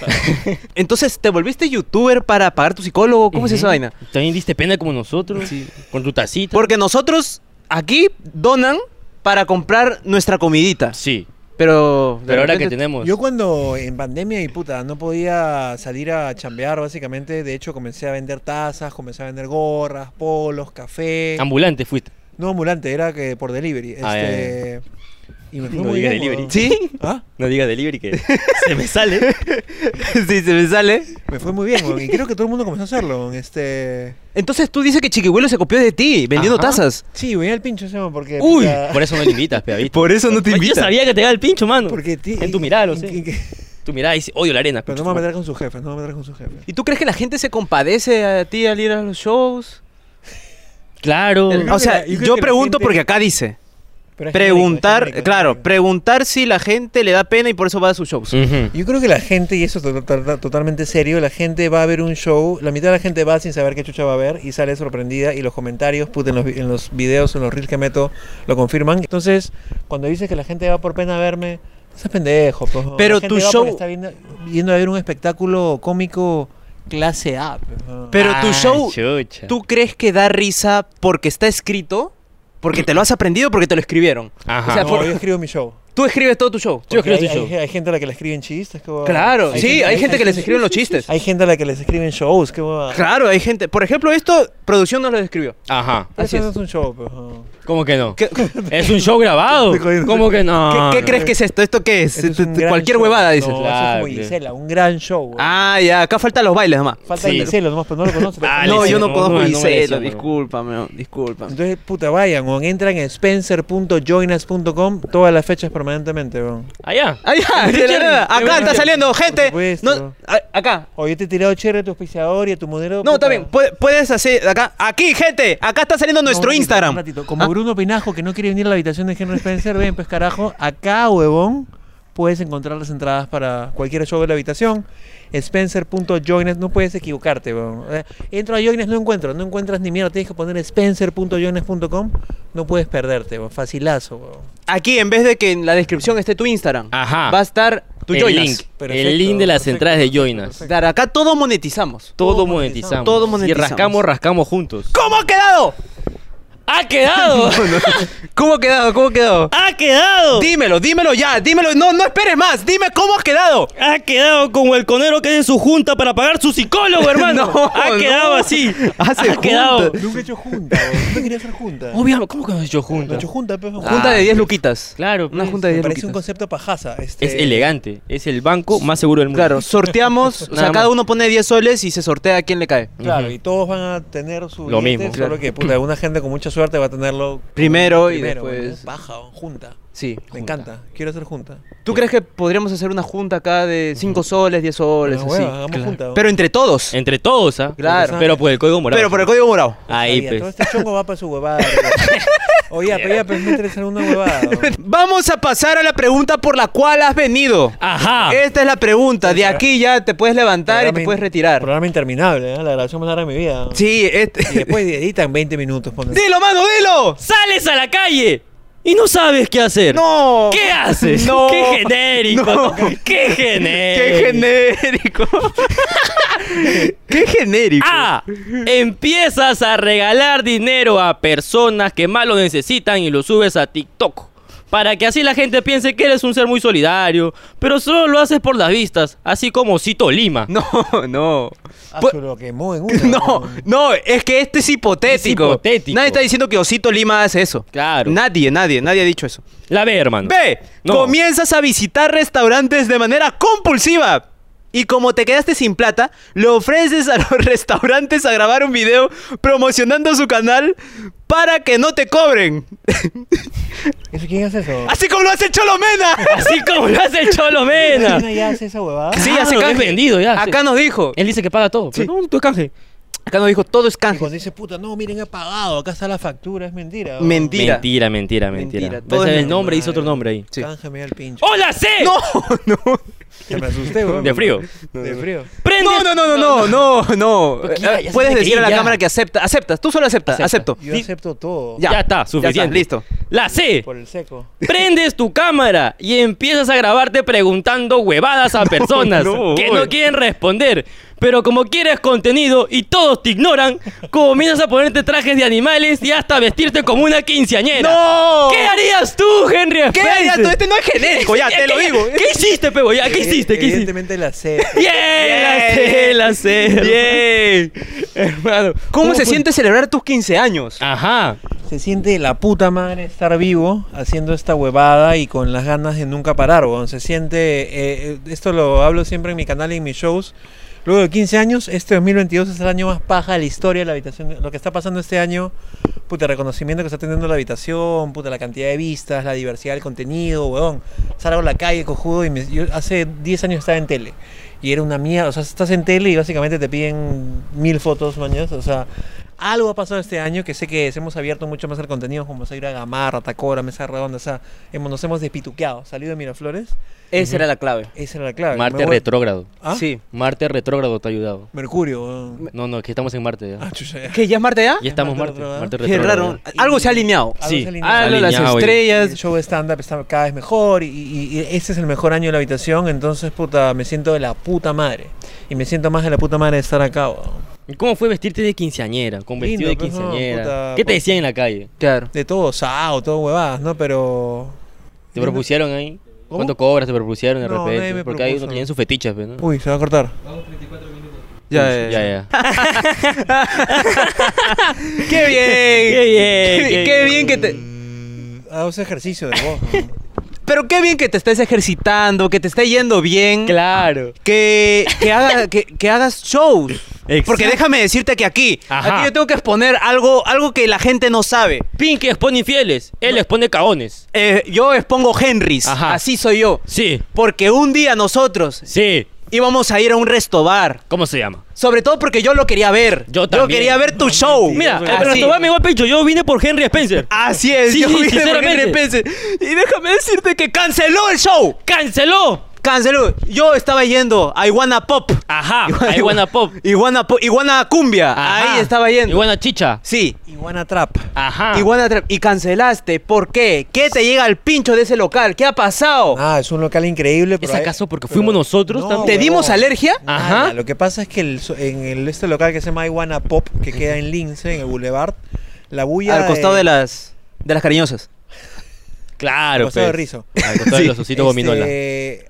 Entonces, ¿te volviste youtuber para pagar tu psicólogo? ¿Cómo es esa Ujú. vaina? También diste pena como nosotros. Con tu tacita. Porque nosotros aquí donan para comprar nuestra comidita. Sí. Pero. de Pero ahora que repente- tenemos. Yo cuando en pandemia y puta no podía salir a chambear básicamente, de hecho comencé a vender tazas, comencé a vender gorras, polos, café. Ambulante fuiste. no ambulante, era que por delivery. Ah, ya, este, Y me fue No muy diga bien, delivery. weón. ¿Sí? ¿Ah? No digas delivery que se me sale. sí, se me sale. Me fue muy bien, weón, y creo que todo el mundo comenzó a hacerlo. weón, Este... Entonces tú dices que Chiquihuelo se copió de ti vendiendo Ajá. tazas. Sí, voy al pincho, ese weón, porque... Uy, puta, por eso no te invitas, pegadito. Por eso no te Pues Yo invita. sabía que te iba el pincho, mano. porque ti- en tu mirada, lo sé. en- en- Tu mirada dice, odio la arena. Pero no me voy a meter con su jefe, no me voy a meter con su jefe. ¿Y tú crees que la gente se compadece a ti al ir a los shows? Claro. El- creo O que sea, la- yo creo yo que la pregunto gente- porque acá dice. Pero es Preguntar, genérico, es genérico, es claro, genérico. preguntar si la gente le da pena y por eso va a sus shows. Ujú. Yo creo que la gente, y eso es to- to- to- totalmente serio, la gente va a ver un show, la mitad de la gente va sin saber qué chucha va a ver y sale sorprendida y los comentarios, puta, en los, vi- en los videos, en los reels que meto, lo confirman. Entonces, cuando dices que la gente va por pena a verme, estás pendejo. pues, la Pero gente tu va porque show- Está viendo, yendo a ver un espectáculo cómico clase A. pues, ¿no? Pero tu Ah, show, chucha. ¿tú crees que da risa porque está escrito? Porque te lo has aprendido, porque te lo escribieron. Ajá. O sea, No, por- yo escribo mi show. tú escribes todo tu show. Yo escribo Porque tu show. hay, hay- hay gente a la que le escriben chistes. qué huevada. Claro, sí, hay gente que les escriben los chistes. Hay gente a la que les escriben shows, qué huevada. Claro, hay gente. Por ejemplo, esto, producción no lo escribió. Ajá. Pero así eso es. no es un show, pues, ¿no? ¿Cómo que no? ¿Qué, qué- Es un show grabado. Estoy jodiendo. ¿Cómo que no? qué Ah, No. crees que es esto? ¿Esto qué es? Ese es un gran Cualquier show. huevada, dices. No, eso Claro, es sí. como Gisela, un gran show. güey. Ah, ya, acá faltan los bailes nomás. Falta sí. Gisela nomás, pero no lo conoces. Ah, no, Gisela, yo no no, conozco no, a no me Gisela, decía, no. discúlpame, discúlpame. Entonces, puta, vayan, o entran en spencer.joinas.com todas las fechas permanentemente, weón. Allá. Ahí ya, de la Richard, nada. qué Acá bueno está que- saliendo, gente. supuesto. No, a- acá, Oye, te he tirado chévere a tu auspiciador y a tu modelo. No, puta. también, puede- puedes hacer acá, aquí, gente, acá está saliendo No, un nuestro ratito, Instagram. Ah, un ratito. Como Bruno Pinajo, que no quiere venir a la habitación de Henry Spencer, ven, pues carajo, acá, huevón, puedes encontrar las entradas para cualquier show de la habitación. Spencer.joines, no puedes equivocarte, huevón. Eh, Entro a Joines, no encuentro, no encuentras ni mierda, tienes que poner spencer.joines.com, no puedes perderte, huevón. Facilazo, huevón. Aquí, en vez de que en la descripción esté tu Instagram, Ajá. va a estar tu el Joinas. link. Perfecto, el link de las perfecto, entradas de perfecto, Joinas. perfecto. Claro, acá todo monetizamos. Todo Todo monetizamos. monetizamos. Todo Si monetizamos. rascamos, rascamos juntos. ¿Cómo ha quedado? ¡Ha quedado! ¿Cómo ha quedado? ¿Cómo ha quedado? ¡Ha Ah, quedado! Dímelo, dímelo ya, dímelo. No, no esperes más. Dime cómo has quedado. Ha quedado como el conero que es en su junta para pagar su psicólogo, hermano. No, ha quedado no. así. Hace ha quedado. juntas. Nunca he hecho junta, weón. Nunca quería hacer junta. Obviamente, ¿cómo que no has hecho junta? No he hecho junta, pues, pero Junta de 10 luquitas. Claro, Una pues, junta de Ah, Me 10 parece un luquitas. concepto pajasa. Este, Es elegante. Es el banco más seguro del mundo. Claro, sorteamos. o sea, Nada cada más. uno pone 10 soles y se sortea a quién le cae. Claro, Ujú. y todos van a tener su Lo billete, mismo, solo claro. que puta, una gente con mucha suerte va a tenerlo Primero y primero, después. weón. Paja, weón, junta. Sí. Me junta. encanta, quiero hacer junta. ¿Tú crees que podríamos hacer una junta acá de 5 soles, 10 soles, Una así? hueva, hagamos claro. junta, weón. Pero entre todos. Entre todos, ¿ah? Claro. Pero por el código moral. Pero por el código morado. Ahí, Sabía, pues. Todo este chongo va para su huevada. Oye, pero ya, pero me interesa una huevada. weón. Vamos a pasar a la pregunta por la cual has venido. Ajá. Esta es la pregunta. De aquí ya te puedes levantar y Programa te in- puedes retirar. Programa interminable, ¿eh? la grabación más larga de mi vida. weón. Sí, Y este... después editan 20 minutos. ponte. ¡Dilo, mano, dilo! Sales a la calle y no sabes qué hacer. ¡No! ¿Qué haces? No. ¡Qué genérico! No. ¡Qué genérico! ¡Qué genérico! ¡Qué genérico! A. Ah, Empiezas a regalar dinero a personas que más lo necesitan y lo subes a TikTok. Para que así la gente piense que eres un ser muy solidario, pero solo lo haces por las vistas, así como Cito Lima. No, no. Ah, Pu- se lo quemó en una. pues. No, weón. no, es que este es hipotético. Es hipotético. Nadie está diciendo que Osito Lima hace eso. Claro. Nadie, nadie, nadie ha dicho eso. La ve, hermano. B. No. Comienzas a visitar restaurantes de manera compulsiva. Y como te quedaste sin plata, le ofreces a los restaurantes a grabar un video promocionando su canal para que no te cobren. ¿Eso quién hace eso? Así como lo hace Cholomena. Así como lo hace el Cholo Mena. ¿Quién ya hace esa huevada? Sí, hace Claro, canje. es vendido ya. Acá nos dijo. Él dice que paga todo. pues. Sí. Pero no, tú es canje. Acá nos dijo todo es Y canje. cuando dice, puta, no, miren, he pagado, acá está la factura, es mentira. weón. Mentira. Mentira, mentira, mentira. Mentira, todo Ves es el nombre, normal. hizo otro nombre ahí. Sí. Cángeme al pincho. ¡Hola, C! No, no. Que me asusté, weón. De frío. De frío. Prende- No, no, no, no, no, no, no. Eh, Porque ya- ya se Puedes tiene que decir ir, a la ya. cámara que acepta, aceptas, tú solo aceptas, Acepta. acepto. Yo Sí. acepto todo. Ya. Ya, está, suficiente. listo. La C. Por el seco. Prendes tu cámara y empiezas a grabarte preguntando huevadas a personas no, que güey. no quieren responder. Pero como quieres contenido y todos te ignoran, comienzas a ponerte trajes de animales y hasta vestirte como una quinceañera. ¡No! ¿Qué harías tú, Henry? ¿Qué? Spencer? Ya, tú, este no es genérico, ya, te lo ¿Qué- digo. ¿Qué hiciste, Pebo? Ya, ¿Qué hiciste? ¿Qué hiciste? Evidentemente la sé. Bien, la sé, la sé. Hermano, ¿cómo, se fue? siente celebrar tus 15 años? Ajá. Se siente de la puta madre estar vivo haciendo esta huevada y con las ganas de nunca parar, weón. Se siente, eh, esto lo hablo siempre en mi canal y en mis shows. Luego de 15 años, este 2022 es el año más paja de la historia de la habitación. Lo que está pasando este año, puta, el reconocimiento que está teniendo la habitación, puta, la cantidad de vistas, la diversidad del contenido, weón. Salgo a la calle, cojudo, y me- yo hace 10 años estaba en tele. Y era una mierda, o sea, estás en tele y básicamente te piden mil fotos, mañas. O sea, algo ha pasado este año que sé que es, hemos abierto mucho más el contenido, como se ir a Gamarra, Tacora, Mesa Redonda, o sea, hemos- nos hemos despituqueado, salido de Miraflores. Esa era la clave. Esa era la clave. Marte Me voy- retrógrado. ¿Ah? Sí. Marte retrógrado te ha ayudado. Mercurio. weón. No, no, que estamos en Marte ya. Ah, chucha, ya. ¿Qué? ¿Ya es Marte ya? Ya estamos Marte Marte. retrógrado. Marte Qué retrógrado. raro. Algo se ha alineado. Algo Sí. se alineó. Algo de las Alineado, oye. El estrellas. show de stand-up está cada vez mejor y, y- y este es el mejor año de la habitación, entonces puta, me siento de la puta madre. Y me siento más de la puta madre de estar acá. weón. ¿Y ¿Cómo fue vestirte de quinceañera? Con vestido Lindo, de pues, no, quinceañera. puta, ¿Qué te por- decían en la calle? Claro. De todo, sao, todo huevadas, ¿no? Pero... ¿Te propusieron ahí? ¿Cómo? ¿Cuánto cobras? ¿Te propusieron de No, repente? nadie me Porque hay uno propuso. tienen sus fetiches, pues, ¿no? Uy, se va a cortar. Ya, ya, ya. ¡Qué bien! Qué Qué, bien, qué qué bien bien. que te... Hago ese ejercicio de voz. weón. Pero qué bien que te estés ejercitando, que te esté yendo bien. Claro. que, que, haga- que- que hagas shows. Exacto. Porque déjame decirte que aquí, Ajá. aquí yo tengo que exponer algo, algo que la gente no sabe. Pink expone infieles. Él expone caones. Eh, yo expongo Henrys, Ajá. así soy yo. Sí, Porque un día nosotros sí. íbamos a ir a un restobar. ¿Cómo se llama? Sobre todo porque yo lo quería ver. Yo también. quería ver tu show. Mira, eh, Así. Ah. el Restobar me igual pecho. Yo vine por Henry Spencer. Así es, Sí, yo sí, vine porque sinceramente. de repente- Y déjame decirte que canceló el show. ¡Canceló! Canceló. Yo estaba yendo a Iguana Pop. Ajá. a Iguana Ah, Pop. Iguana, Pop- Iguana Cumbia. Ajá. Ahí estaba yendo. Iguana Chicha. Sí. Iguana Trap. Ajá. Iguana Trap. Y cancelaste. ¿Por qué? ¿Qué te llega al pincho de ese local? ¿Qué ha pasado? Ah, es un local increíble. ¿Es pero hay- acaso porque pero- fuimos nosotros No, también? ¿Te huevón. dimos alergia? Nada, Ajá. Lo que pasa es que el so- en el- este local que se llama Iguana Pop, que queda en Lince, en el Boulevard, la bulla. Al costado de del- las, de las cariñosas. Claro, Costado de pues. rizo. Al costado de Sí. los ositos gominola. Este,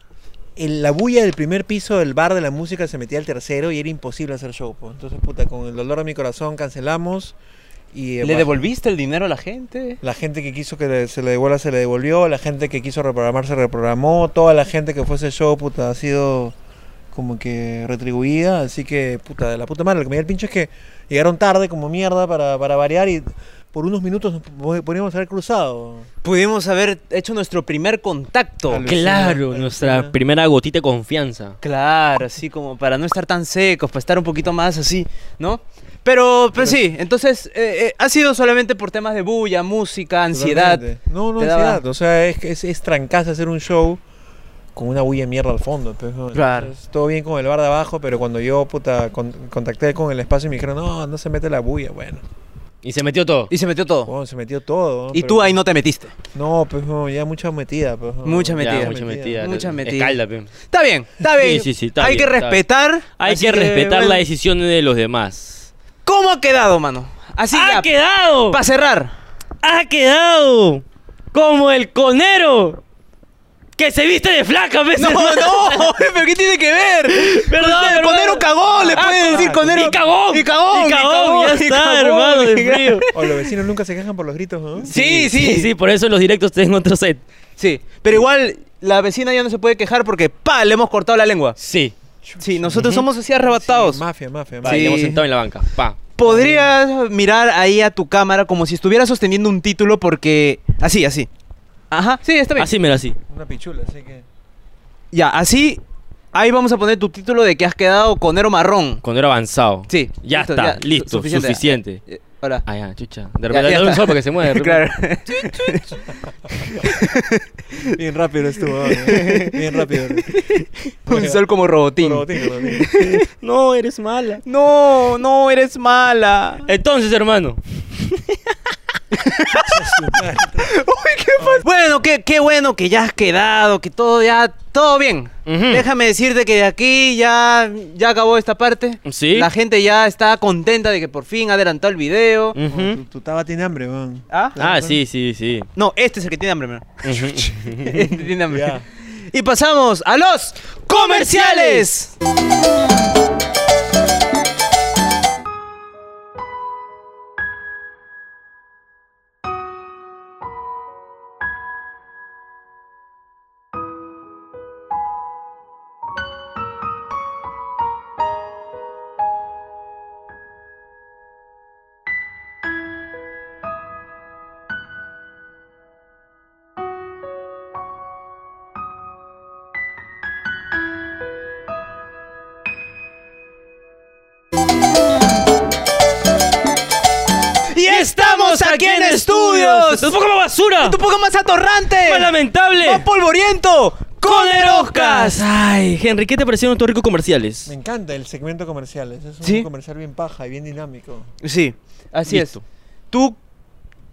en la bulla del primer piso del bar de la música se metía al tercero y era imposible hacer show. po. Entonces, puta, con el dolor de mi corazón cancelamos. Y, eh, ¿Le bah, devolviste el dinero a la gente? La gente que quiso que le- se le devuelva se le devolvió, la gente que quiso reprogramar se reprogramó, toda la gente que fue a ese show, puta, ha sido como que retribuida, así que, puta, de la puta madre, lo que me dio el pincho es que llegaron tarde como mierda para, para variar y por unos minutos nos po- podríamos haber cruzado. Pudimos haber hecho nuestro primer contacto. Al- Claro, Alucina, nuestra alucina. primera gotita de confianza. Claro, así como para no estar tan secos, para estar un poquito más así, ¿no? Pero, pues sí, entonces eh, eh, ha sido solamente por temas de bulla, música, ansiedad. Totalmente. No, no, Te daba- ansiedad. O sea, es, es, es trancazo hacer un show con una bulla de mierda al fondo. pues, ¿no? Claro. Entonces, todo bien con el bar de abajo, pero cuando yo, puta, con- contacté con el espacio y me dijeron, no, no se mete la bulla. Bueno, Y se metió todo. Y se metió todo. bueno, se metió todo. ¿no? Y Pero- tú ahí no te metiste. No, pues no, ya mucha metida. Pues, no. Mucha Ya, metida. mucha metida. Mucha metida. Escalda, pe. Está bien, está bien. Sí, sí, sí, está Hay bien, que está respetar. Hay así que respetar bueno. las decisiones de los demás. ¿Cómo ha quedado, mano? Así ¡Ha ya, quedado! para cerrar. ¡Ha quedado! Como el conero que se viste de flaca, ¿ves? No, no, pero ¿qué tiene que ver? Perdón, Conero, hermano. Conero cagón, le Ah, puedes decir Conero. Y cagón. Y cagón, Y cagón, ya y está, cagón, hermano, y de cagón. frío. O los vecinos nunca se quejan por los gritos, ¿no? Sí, sí. Sí, por eso en los directos tengo otro set. Sí, pero igual la vecina ya no se puede quejar porque pa, le hemos cortado la lengua. Sí. Sí, nosotros somos así arrebatados. Sí, mafia, mafia. Va, mafia. Sí. y hemos sentado en la banca. Pa. Podrías mirar ahí a tu cámara como si estuviera sosteniendo un título porque así, así. Ajá, sí, está bien. Así, mira, así. Una pichula, así que. Ya, así ahí vamos a poner tu título de que has quedado conero marrón. Conero avanzado. Sí, Ya listo, está, ya, listo, su- suficiente. suficiente. Eh, Hola. Ah, ya, chucha. De Ya, repente ya dale un está. sol porque se mueve. de repente. claro. Bien rápido estuvo. ¿eh? Bien rápido. un sol como robotín. Robotín, robotín. No, eres mala. No, no eres mala. Entonces, hermano. Bueno, qué, qué bueno que ya has quedado, que todo ya, todo bien. Ujú. Déjame decirte que de aquí ya, ya acabó esta parte. Sí. La gente ya está contenta de que por fin ha adelantado el video. Oh, Ujú. tu, tu taba tiene hambre, man. ¿Ah? Ah, sí, sí, sí. No, este es el que tiene hambre, mira. Ujú. Este tiene hambre. Ya. Y pasamos a los comerciales. Y estamos aquí en estudios. ¡Tu poco más basura! Tu poco más atorrante. más lamentable! Más polvoriento. Con Eroscas. Ay, Henry, ¿qué te parecieron tus ricos comerciales? Me encanta el segmento comercial. Es un Sí. comercial bien paja y bien dinámico. Sí, así Listo. es. Tú,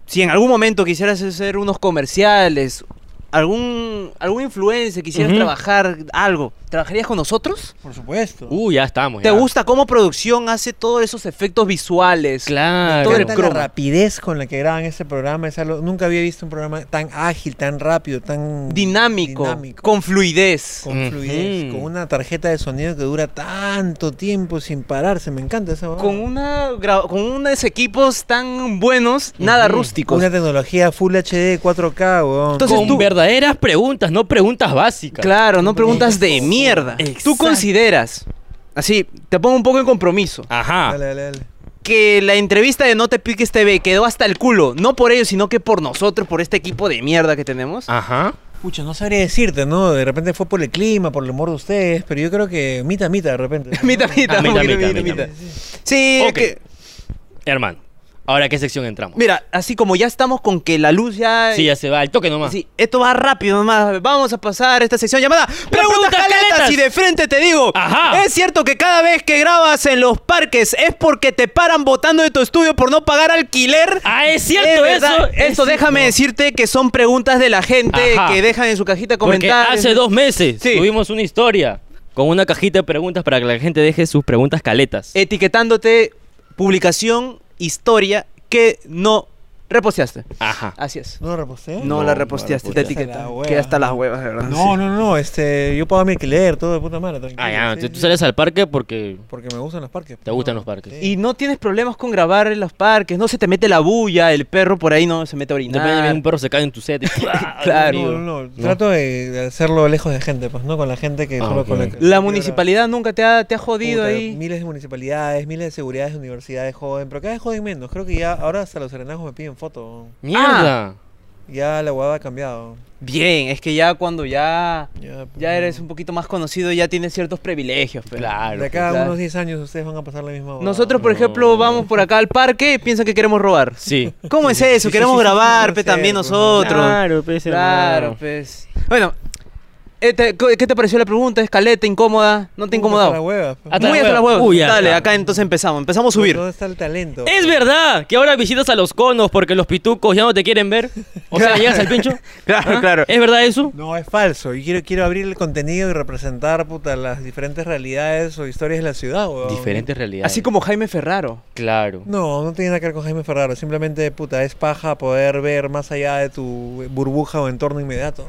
si en algún momento quisieras hacer unos comerciales, algún, algún influencer, quisieras Ujú. trabajar algo, ¿trabajarías con nosotros? Por supuesto. Uh, ya estamos. ¿Te ya. gusta cómo producción hace todos esos efectos visuales? Me Claro. Todo el encanta la croma. rapidez con la que graban este programa. Es algo- nunca había visto un programa tan ágil, tan rápido, tan Dinámico, dinámico. con fluidez. con fluidez, Ujú. con una tarjeta de sonido que dura tanto tiempo sin pararse. Me encanta esa huevada. Con, una, gra- con unos equipos tan buenos, nada Ujú. rústicos. Una tecnología Full HD 4K, weón. Entonces con tú- verdaderas preguntas, no preguntas básicas. Claro, no preguntas de mierda. Tú Exacto. consideras, así, te pongo un poco en compromiso. Ajá. Dale, dale, dale. que la entrevista de No Te Piques TV quedó hasta el culo. No por ellos, sino que por nosotros, por este equipo de mierda que tenemos. Ajá. Pucha, no sabría decirte, ¿no? De repente fue por el clima, por el humor de ustedes, pero yo creo que mitad, mitad de repente. ¿no? Mita, mita, Ah, mita, mita, mita, mita, mita. mita. Sí, es Ok. que- Hermano, ¿ahora a qué sección entramos? mira, así como ya estamos con que la luz ya... Sí, ya se va, el toque nomás. Sí, esto va rápido nomás. Vamos a pasar esta sección llamada Preguntas preguntas Caletas. caletas. Y de frente te digo, Ajá. ¿es cierto que cada vez que grabas en los parques es porque te paran botando de tu estudio por no pagar alquiler? Ah, es cierto Es eso. verdad. Esto es déjame cierto. decirte que son preguntas de la gente Ajá. que dejan en su cajita Porque comentar. hace dos meses Sí. tuvimos una historia con una cajita de preguntas Eh, para que la gente deje sus preguntas caletas. etiquetándote publicación, historia, que no reposteaste. Ajá. Así es. ¿No lo reposté? No, Ah, No, la no reposteaste, te reposteaste. etiqueta. La hueva. Que hasta las huevas, de verdad. No, no, no, este, yo pago mi alquiler, todo de puta madre, tranquilo. Ah, ya, sí, entonces tú sí. sales al parque porque... Porque me gustan los parques. pues, Te gustan los parques. Sí. Y no tienes problemas con grabar en los parques, no se te mete la bulla, el perro por ahí no se mete a De repente orinar. un perro se cae en tu set. y- Claro. No, no, no, Trato de de hacerlo lejos de gente, pues, ¿no? Con la gente que Ah, solo ok. con la que- La municipalidad nunca te ha, te ha jodido Puta, ahí. Miles de municipalidades, miles de seguridades, universidades joden, pero cada vez joden menos. Creo que ya ahora hasta los serenajos me piden foto. ¡Mierda! Ya la huevada ha cambiado. Bien, es que ya cuando ya, Ya, ya eres un poquito más conocido, ya tienes ciertos privilegios. pero- Claro. pues, De acá a Ya. unos 10 años ustedes van a pasar la misma huevada. Nosotros, por No. ejemplo, vamos por acá al parque y piensan que queremos robar. Sí. ¿Cómo es eso? sí, Queremos sí, sí, grabar, sí, pe, sí, también pues, nosotros. Claro, pues, Claro, hermano. pues. Bueno, eh, te- co- ¿qué te pareció la pregunta? ¿Escaleta? ¿Incómoda? ¿No te ha incomodado? Hasta la hueva, pues. Hasta Muy la hasta las hueva. huevas. Uy, ya, Dale, ya. acá entonces empezamos. Empezamos a subir. ¿Dónde está el talento? Es verdad que ahora visitas a los conos porque los pitucos ya no te quieren ver. O sea, llegas al pincho. Claro, ¿Ah? claro. ¿Es verdad eso? No, es falso. Yo quiero, quiero abrir el contenido y representar puta, las diferentes realidades o historias de la ciudad, huevón. Diferentes realidades. Así como Jaime Ferraro. Claro. No, no tiene nada que ver con Jaime Ferraro. Simplemente, puta, es paja poder ver más allá de tu burbuja o entorno inmediato.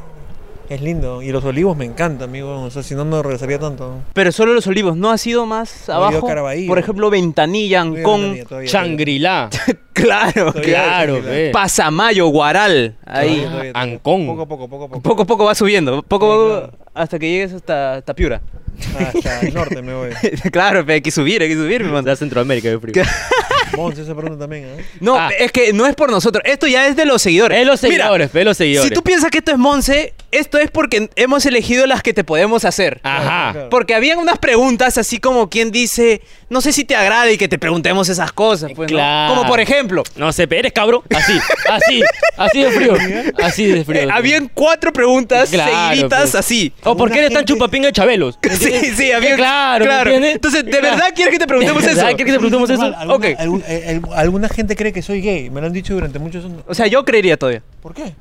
Es lindo. Y los olivos me encantan, amigo. O sea, si no, no regresaría tanto. Pero solo los olivos. ¿No ha sido más No, abajo? yo Carabalí. Por ejemplo, Ventanilla, Todavía no Ancón. tenía, todavía, Shangri-La. Claro. Todavía Claro, Shangri-La. ve. Pasamayo, Guaral. todavía, Ahí. todavía, todavía, todavía. Ancón. Poco, a poco, poco, a poco. Poco a poco va subiendo. Poco Sí, claro. hasta que llegues hasta Tapiura. Hasta el norte me voy. claro, pe, hay que subir, hay que subir, mi manda. De Centroamérica, de frío. Monse, esa pregunta también, ¿eh? No, Ah. es que no es por nosotros. Esto ya es de los seguidores. Es los Mira, seguidores, ve los seguidores. Si tú piensas que esto es Monse, esto es porque hemos elegido las que te podemos hacer. Ajá. Porque habían unas preguntas así como quien dice, no sé si te agrada y que te preguntemos esas cosas. Pues, ¿no? Claro. Como por ejemplo, No sé, pero eres cabro. Así, así, así de frío. Así de frío. eh, habían cuatro preguntas Claro, seguiditas pues. así. ¿O por qué eres tan Gente- chupapinga de Chabelos? Sí, sí, había habían... Eh, Claro, ¿me entiendes? Entonces, ¿de Claro. verdad quieres que te preguntemos ¿De eso? verdad quieres que te preguntemos eso? Alguna- Ok. algún- eh, el- alguna gente cree que soy gay. Me lo han dicho durante muchos años. O sea, yo creería todavía. ¿Por qué?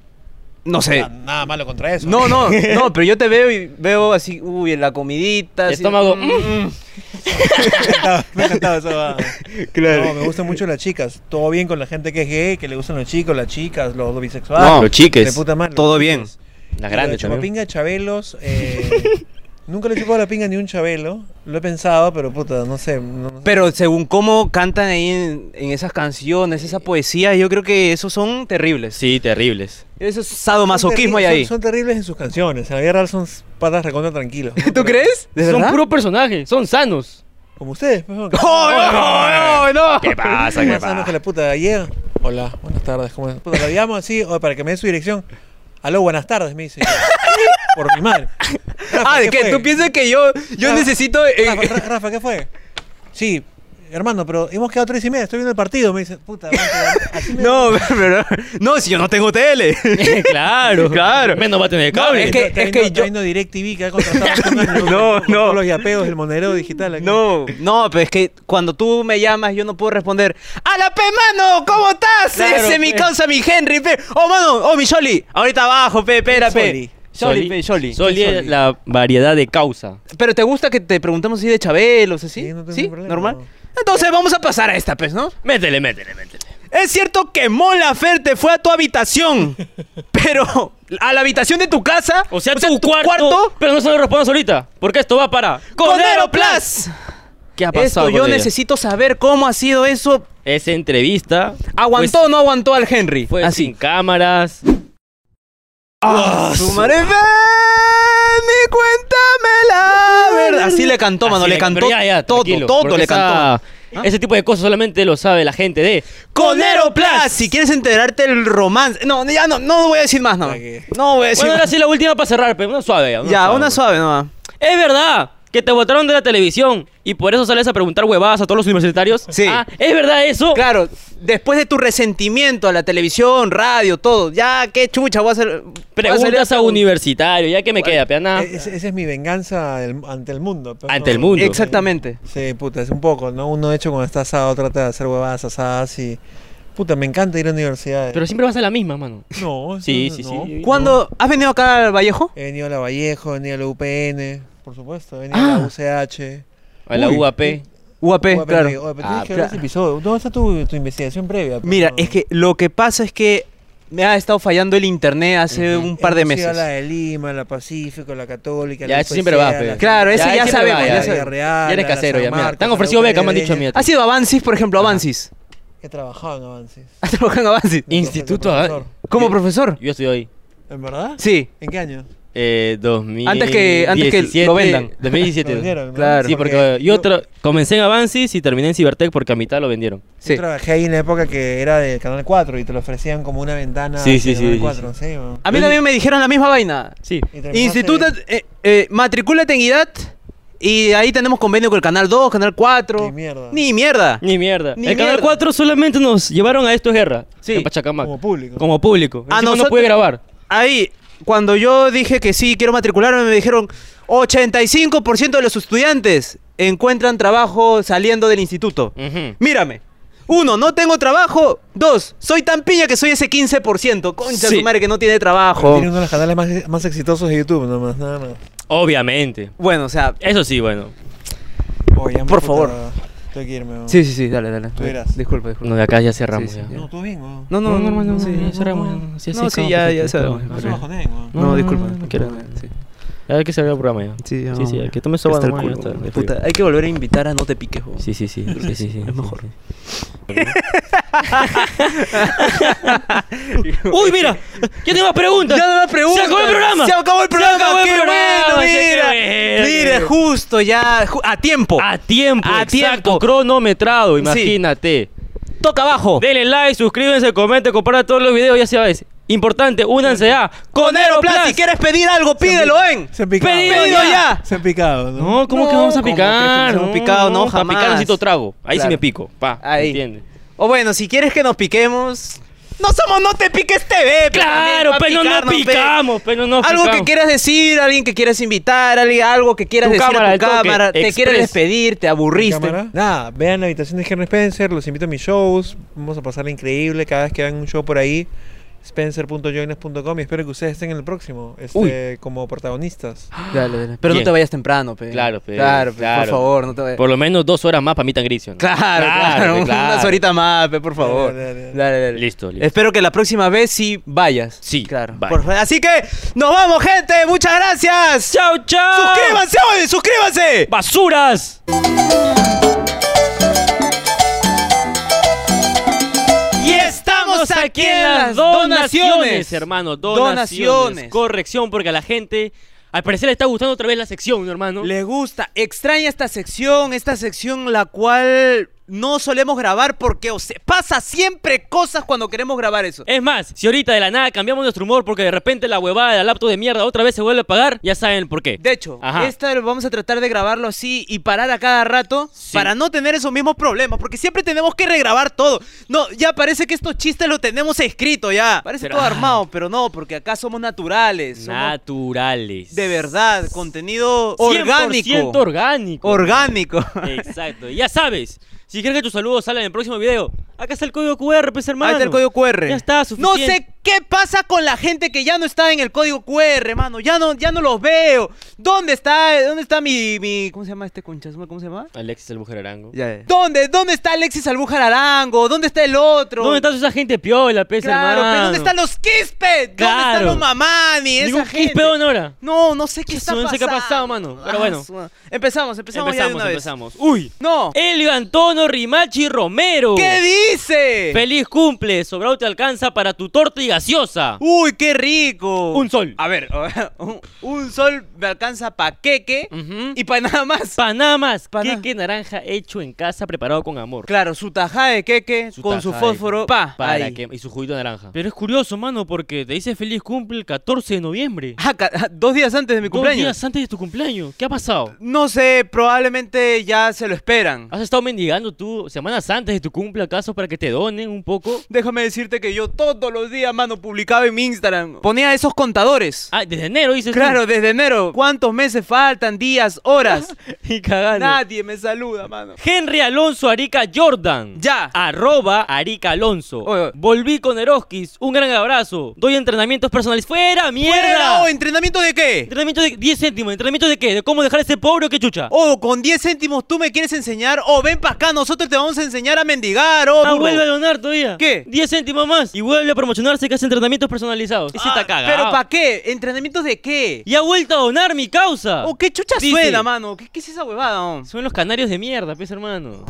No sé. Nada, nada malo contra eso. No, no, no, pero yo te veo y veo así, uy, en la comidita. El así, estómago, mm, mm. me encantaba esa va. No, me gustan mucho las chicas. Todo bien con la gente que es gay, que le gustan los chicos, las chicas, los, los bisexuales. No, los chiques. De puta madre, los mm, Todo chiques. bien. Las Y lo de grandes también. Chupapinga, chabelos. eh, nunca le he chupado la pinga ni un chabelo. Lo he pensado, pero puta, no sé. no- no sé. Pero según cómo cantan ahí en, en esas canciones, esa poesía, yo creo que esos son terribles. Sí, terribles. Eso es Son sadomasoquismo hay terri- ahí. Son, son terribles en sus canciones. En la vida real son patas recontra tranquilos. ¿no? ¿Tú Pero- crees? ¿De Son verdad? puro personaje, son sanos. Como ustedes. pues, ¿no? ¡Oh, no, no, no! ¿Qué pasa? Más sanos que ¿Qué pasa? este la puta llega. Hola, buenas tardes. ¿Cómo es? Puta, la llamo así o para que me dé su dirección. Aló, buenas tardes, me dice. Por mi madre. Rafa, Ah, ¿de ¿qué qué? fue? ¿Tú piensas que yo, yo Rafa, necesito... eh, Rafa, Ra- Rafa, ¿qué fue? Sí, hermano, pero hemos quedado tres y media. Estoy viendo el partido. Me dice, puta, man, pero así me- no, pero... No, si yo no tengo tele. claro, claro. Menos va a tener No, cable. es Está que- viendo- está yo- viendo DirecTV que ha contratado. No, con no. todos los yapeos del monero digital. aquí. No, no, pero es que cuando tú me llamas yo no puedo responder. ¡A la P, mano! ¿Cómo estás? Claro, Ese es mi pe. causa, mi Henry, pe. ¡Oh, mano! ¡Oh, mi Jolly! Ahorita abajo, pe, espera, pe. Soli? Jolly, pe, Jolly. Soli Pe, es la variedad de causa. Pero ¿te gusta que te preguntemos así de Chabelos, así? Sí, Sí, no tengo problema. ¿Normal? Entonces vamos a pasar a esta, pues, ¿no? Métele, métele, métele. Es cierto que Mon Laferte fue a tu habitación, pero a la habitación de tu casa. O sea, tu, cuarto, cuarto. Pero no se lo respondas ahorita, porque esto va para ¡Conero Plus! ¿Qué ha Esto pasado? yo con ella? necesito saber cómo ha sido eso. Esa entrevista pues, ¿Aguantó o no aguantó al Henry? fue, fue sin cámaras. Su madre, ven y cuéntame la verdad. Así le cantó, mano, Así le cantó pero ya, ya, todo, tranquilo, todo porque le esa- ¿Ah? cantó. Ese tipo de cosas solamente lo sabe la gente de Conero Plus, si quieres enterarte el romance. No, ya no, no voy a decir más, no. Ok. No voy a decir Bueno, ahora más. sí la última para cerrar, pero una suave. ya, pues, Ya, una suave nomás. Es verdad que te votaron de la televisión y por eso sales a preguntar huevadas a todos los universitarios. Sí. Ah, ¿Es verdad eso? Claro, después de tu resentimiento a la televisión, radio, todo, ya qué chucha voy a hacer. voy a Eh, hacer Preguntas esto. a universitario, ya que me queda, peana. E- ese- Esa es mi venganza del- ante el mundo. pero Ante no- el mundo. Exactamente. Sí, puta, es un poco, ¿no? Uno de hecho cuando está asado trata de hacer huevadas asadas y... Puta, me encanta ir a universidades. Pero siempre vas a la misma, mano. No, Sí, eso sí, no. sí. ¿Cuándo has venido acá al Vallejo? He venido a Ah. la Vallejo, he venido a la UPN, por supuesto, he venido a la UCH. A la Uy, UAP. y- UAP, Oye, pero claro. digo, oye, pero Ah, tienes que ver claro. ese episodio. ¿Dónde está tu, tu investigación previa? pues, Mira, no? es que lo que pasa es que me ha estado fallando el internet hace un par de Hemos ido a meses. La de Lima, la Pacífico, la Católica. Ya, la eso siempre va, UPC, pe. la- Claro, ese ya siempre sabemos, ya va, Ya, sabemos. Villarreal, Ya eres la- la casero, ya. San Me han- Marcos, te han ofrecido la beca, me han dicho a mí. UPC. Ha sido Avancis, por ejemplo, Avancis. He trabajado en avances. ¿Has trabajado en Avancis? De Instituto profesor. Avancis. ¿Como Yo- profesor? Yo estoy hoy. ¿En verdad? Sí. ¿En qué año? Eh, 2000. Antes que- antes que lo vendan. 2017. Lo vendieron, ¿no? Claro. Sí, porque yo tra- comencé en Avancis y terminé en Cibertech porque a mitad lo vendieron. Yo Sí. trabajé ahí en la época que era del Canal 4 y te lo ofrecían como una ventana Sí, sí, del sí, Canal sí, 4, sí. ¿no? A mí también me dijeron la misma vaina. Sí. Y terminaste- Instituto, eh, eh, matricúlate en IDAT y ahí tenemos convenio con el canal 2, canal 4. Ni mierda. Ni mierda. Ni mierda. Ni el Canal mierda. 4 solamente nos llevaron a esto guerra. Sí. En Pachacamac. Como público. Como, público. A Encima nosotros- no pude grabar. Ahí, cuando yo dije que sí, quiero matricularme, me dijeron 85% de los estudiantes encuentran trabajo saliendo del instituto. Mm. Mírame. Uno, no tengo trabajo. Dos, soy tan piña que soy ese 15%. Concha Sí. su madre que no tiene trabajo. Tiene uno de los canales más, más exitosos de YouTube, nomás, nada más. Obviamente. Bueno, o Eh. sea. Eso sí, bueno. Oye, Por favor. Tengo que irme. ¿no? Sí, sí, sí, dale, dale. Tú dirás. Disculpa, disculpa. No, de acá ya cerramos. Sí, sí. ya. No, tú bien, ¿no? No, no, no, no, no, sí, ya no, cerramos, no, ya. Sí, no, sí, sí, acabamos, ya, perfecto, ya sabemos. No acabamos, se pero- perfecto. bajoneen, ¿no? No, No, no, disculpa. no, no, disculpa, no, no, sí. Ya hay que cerrar el programa ya. ya, sí, vamos, sí, ya. que tome Está soba el nomás, ya culo, está, güey. el Puta, frío. hay que volver a invitar a No te piques, güey. Sí, sí, sí. sí, sí, sí, Es sí, mejor. sí. Uy, mira. Yo tengo más preguntas. Ya no me preguntas. Se acabó el programa. Se acabó el programa. acabó el qué programa, bueno, sí, mira. qué bueno. Mira, justo ya ju- a tiempo. A tiempo. A tiempo. Exacto. Cronometrado, imagínate. Toca abajo. Denle like, suscríbanse, comenten, compartan todos los videos, ya sabes. Importante, únanse a Conero Conero Plus, si Plus. quieres pedir algo, pídelo, ven. Se han picado. Pedido Pedido ya. Se han picado, ¿no? No, ¿cómo No, que vamos a ¿cómo picar? crees que nos hemos picado? No, Para jamás. picar necesito trago. Ahí Claro. sí me pico. Pa, Ahí. ¿entiendes? O bueno, si quieres que nos piquemos. No somos No Te Piques TV. pero también Claro, pero pa' no picarnos, pe. picamos, pero no Algo que picamos. quieras decir, alguien que quieras invitar, alguien- algo que quieras Tu decir cámara, a el tu toque, cámara, te express. quieres despedir, te aburriste. cámara. Nada, vean la habitación de Henry Spencer, los invito a mis shows, vamos a pasar increíble cada vez que vean un show por ahí, spencer.joiners.com y espero que ustedes estén en el próximo, este, como protagonistas. Dale, dale. Pero no Bien. te vayas temprano, pe. Claro, pe, Claro, pe, claro. por favor, no te vayas. Por lo menos dos horas más para mí tan gris. ¿no? Claro, claro, claro, unas claro. horitas más, pe, por favor. Dale, dale, dale. Dale, dale. Listo, listo. Espero que la próxima vez sí vayas. Sí, claro. vaya. Por fa- Así que nos vamos, gente. Muchas gracias. ¡Chao, chao! Suscríbanse, oye, suscríbanse. ¡Basuras! Y estamos aquí en las donaciones, donaciones, hermano. Donaciones. Donaciones. Corrección, porque a la gente, al parecer, le está gustando otra vez la sección, hermano. Le gusta, extraña esta sección, esta sección la cual no solemos grabar porque o sea, pasa siempre cosas cuando queremos grabar eso. Es más, si ahorita de la nada cambiamos nuestro humor porque de repente la huevada de la laptop de mierda otra vez se vuelve a pagar, ya saben el por qué. De hecho, Ajá. esta lo vamos a tratar de grabarlo así y parar a cada rato Sí. para no tener esos mismos problemas, porque siempre tenemos que regrabar todo. No, ya parece que estos chistes lo tenemos escrito ya. Parece Pero- todo armado, pero ah, no, porque acá somos naturales. somos Naturales. de verdad, contenido 100% orgánico. orgánico. Orgánico. Exacto. Y ya sabes, si quieres que tus saludos salgan en el próximo video, acá está el código QR, pues hermano. Ahí está el código QR. Ya está, No suficiente. sé qué pasa con la gente que ya no está en el código QR, mano. Ya no, ya no los veo. ¿Dónde está? ¿Dónde está mi, mi ¿cómo se llama este conchasma? ¿Cómo se llama? Alexis el mujer arango. ¿Dónde? ¿Dónde está Alexis Albújar Arango? ¿Dónde está el otro? ¿Dónde está toda esa gente piola, pues Claro, hermano? pero ¿dónde están los Quispe? ¿Dónde están Claro. los Mamani? Esa Ningún gente. peón ahora? No, no sé qué Eso, está no pasando. sé qué ha pasado, mano. Pero Ah, bueno. su- Empezamos, empezamos, ya de Empezamos, una vez. empezamos. Uy. No. El Antonio Rimachi Romero. ¿Qué dice? Uh. Feliz cumple, sobrado te alcanza para tu torta y gaseosa. Uy, qué rico. Un sol. A ver, un, un sol me alcanza pa' queque Ujú. y pa' nada más. Panamas, Pana- queque naranja hecho en casa preparado con amor. Claro, su tajada de queque Su con su tajada de- fósforo. Pa, Para ahí. que- y su juguito de naranja. Pero es curioso, mano, porque te dice feliz cumple el 14 de noviembre. Ah, ca- dos días antes de mi cumpleaños. Dos días antes de tu cumpleaños. ¿Qué ha pasado? No sé, probablemente ya se lo esperan. ¿Has estado mendigando tú semanas antes de tu cumple acaso para que te donen un poco. Déjame decirte que yo todos los días, mano, publicaba en mi Instagram. Ponía esos contadores. Ah, desde enero dices. tú. Claro, desde enero. ¿Cuántos meses faltan? Días, horas. Y cagando. Nadie me saluda, mano. Henry Alonso Arica Jordan. Ya. Arroba Arica Alonso. Oye, oye. Volví con Eroskis. Un gran abrazo. Doy entrenamientos personales. ¡Fuera, mierda! ¡Fuera! ¿O entrenamiento de qué? ¿Entrenamiento de 10 céntimos? ¿Entrenamiento de qué? ¿De cómo dejar ese pobre o qué chucha? Oh, con 10 céntimos tú me quieres enseñar. O ven para acá, nosotros te vamos a enseñar a mendigar. Oh, ah, burro. vuelve a donar todavía. ¿Qué? 10 céntimos más. Y vuelve a promocionarse que hace entrenamientos personalizados. Ese Ah, está cagado. ¿Pero para qué? ¿Entrenamientos de qué? Y ha vuelto a donar mi causa. Oh, qué chucha Dice- suena, mano. ¿Qué, qué es esa huevada, oh? Son los canarios de mierda, pues, hermano.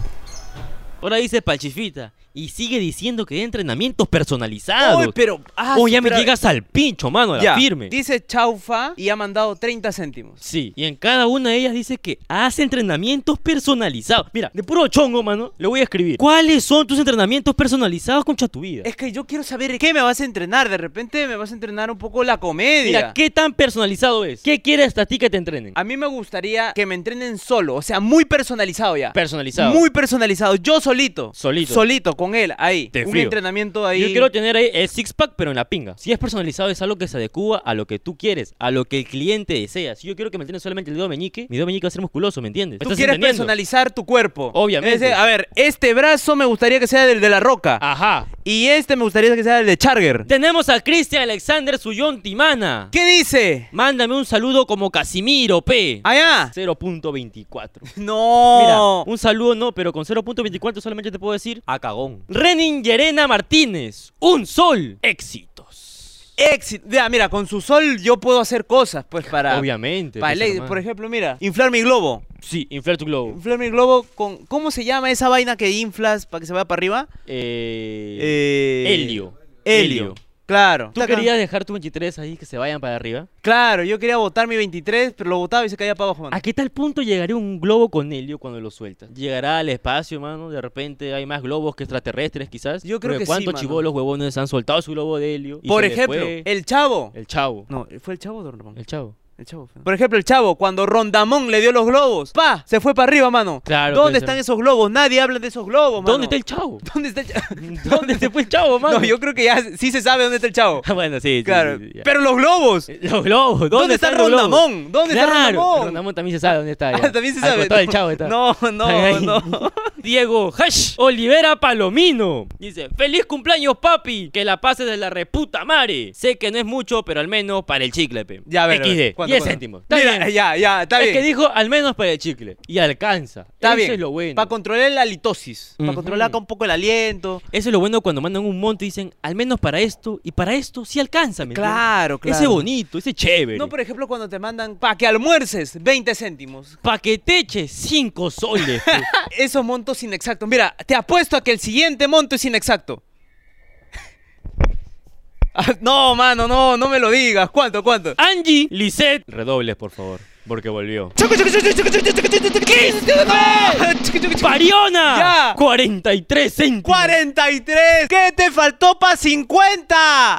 Ahora dice Pachifita. Y sigue diciendo que hay entrenamientos personalizados. Oy, pero. ah, Oh, ya me pero- llegas al pincho, mano, a la Ya. firme. Dice chaufa y ha mandado 30 céntimos. Sí, y en cada una de ellas dice que hace entrenamientos personalizados. Mira, de puro chongo, mano, le voy a escribir. ¿Cuáles son tus entrenamientos personalizados concha tu vida? Es que yo quiero saber qué me vas a entrenar. De repente me vas a entrenar un poco la comedia. Mira, ¿qué tan personalizado es? ¿Qué quieres hasta ti que te entrenen? A mí me gustaría que me entrenen solo, o sea, muy personalizado ya. Personalizado. Muy personalizado, yo solito. Solito. Solito, con él, ahí. Te un frío. entrenamiento ahí. Yo quiero tener ahí el six-pack, pero en la pinga. Si es personalizado, es algo que se adecua a lo que tú quieres, a lo que el cliente desea. Si yo quiero que me entrenen solamente el dedo meñique, mi dedo meñique va a ser musculoso, ¿me entiendes? ¿Me Tú estás quieres entendiendo? personalizar tu cuerpo. Obviamente. Ah. Ese- a ver, este brazo me gustaría que sea del de la roca. Ajá. Y este me gustaría que sea del de Charger. Tenemos a Cristian Alexander Sullón Timana. ¿Qué dice? Mándame un saludo como Casimiro, P. Allá. 0.24. Mira, No. un saludo no, pero con 0.24 solamente te puedo decir a cagón. Renin Yerena Martínez, un sol, éxitos. Éxito. Ya, mira, con su sol yo puedo hacer cosas, pues para. Obviamente. para pues, ley- hermano. por ejemplo, mira, inflar mi globo. Sí, inflar tu globo. Inflar mi globo con. ¿Cómo se llama esa vaina que inflas para que se vaya para arriba? Eh, Eh, Helio. Helio. Claro. ¿Tú Taca. querías dejar tu 23 ahí que se vayan para arriba? Claro, yo quería botar mi 23, pero lo botaba y se caía para abajo. mano. ¿A qué tal punto llegaría un globo con helio cuando lo sueltas? ¿Llegará al espacio, mano? De repente hay más globos que extraterrestres, quizás. Yo creo Porque que sí, ¿Cuántos mano. chibolos huevones han soltado su globo de helio? y Por se les ejemplo, fue? Eh. el... el chavo. chavo. No, ¿fue el chavo o Don Ramón? El chavo. El chavo. fue, ¿no? Por ejemplo, el chavo, cuando Rondamón le dio los globos. ¡Pa! Se fue para arriba, mano. Claro, ¿Dónde puede ser. están esos globos? Nadie habla de esos globos, mano. ¿Dónde está el chavo? ¿Dónde está el chavo? ¿Dónde se fue el chavo, mano? No, yo creo que ya sí se sabe dónde está el chavo. Ah, bueno, sí, sí, Claro. sí, sí, ya. Pero los globos. Eh, Los globos, ¿dónde, ¿Dónde está están los globos? Rondamón? ¿Dónde está Claro, Rondamón? también se sabe dónde está. ya. Ah, También se Al sabe. costado del chavo está. No, Está no, ahí. no. Diego Hash Olivera Palomino dice: ¡Feliz cumpleaños, papi! Que la pases de la reputa mare. Sé que no es mucho, pero al menos para el chicle, pe. Ya, a ver. a ver. XD, ¿Cuánto, 10 cuánto? céntimos. Está Mira, bien. ya, ya, está es bien. que dijo al menos para el chicle. Y alcanza. Está Eso bien. es lo bueno. Para controlar la litosis. Para Ujú. controlar acá un poco el aliento. Eso es lo bueno cuando mandan un monte y dicen, al menos para esto, y para esto sí alcanza, ¿me entiendes? Claro, claro. Ese bonito, ese chévere. No, por ejemplo, cuando te mandan para que almuerces 20 céntimos. Pa' que te eches 5 soles. pe. Esos montos inexactos. Mira, te apuesto a que el siguiente monto es inexacto. Ah, No, mano, no, no me lo digas. ¿Cuánto, cuánto? Angie, Lisette. Redobles, por favor, porque volvió. ¡Pariona! Ya. 43 céntimos. 43. ¿Qué te faltó para 50?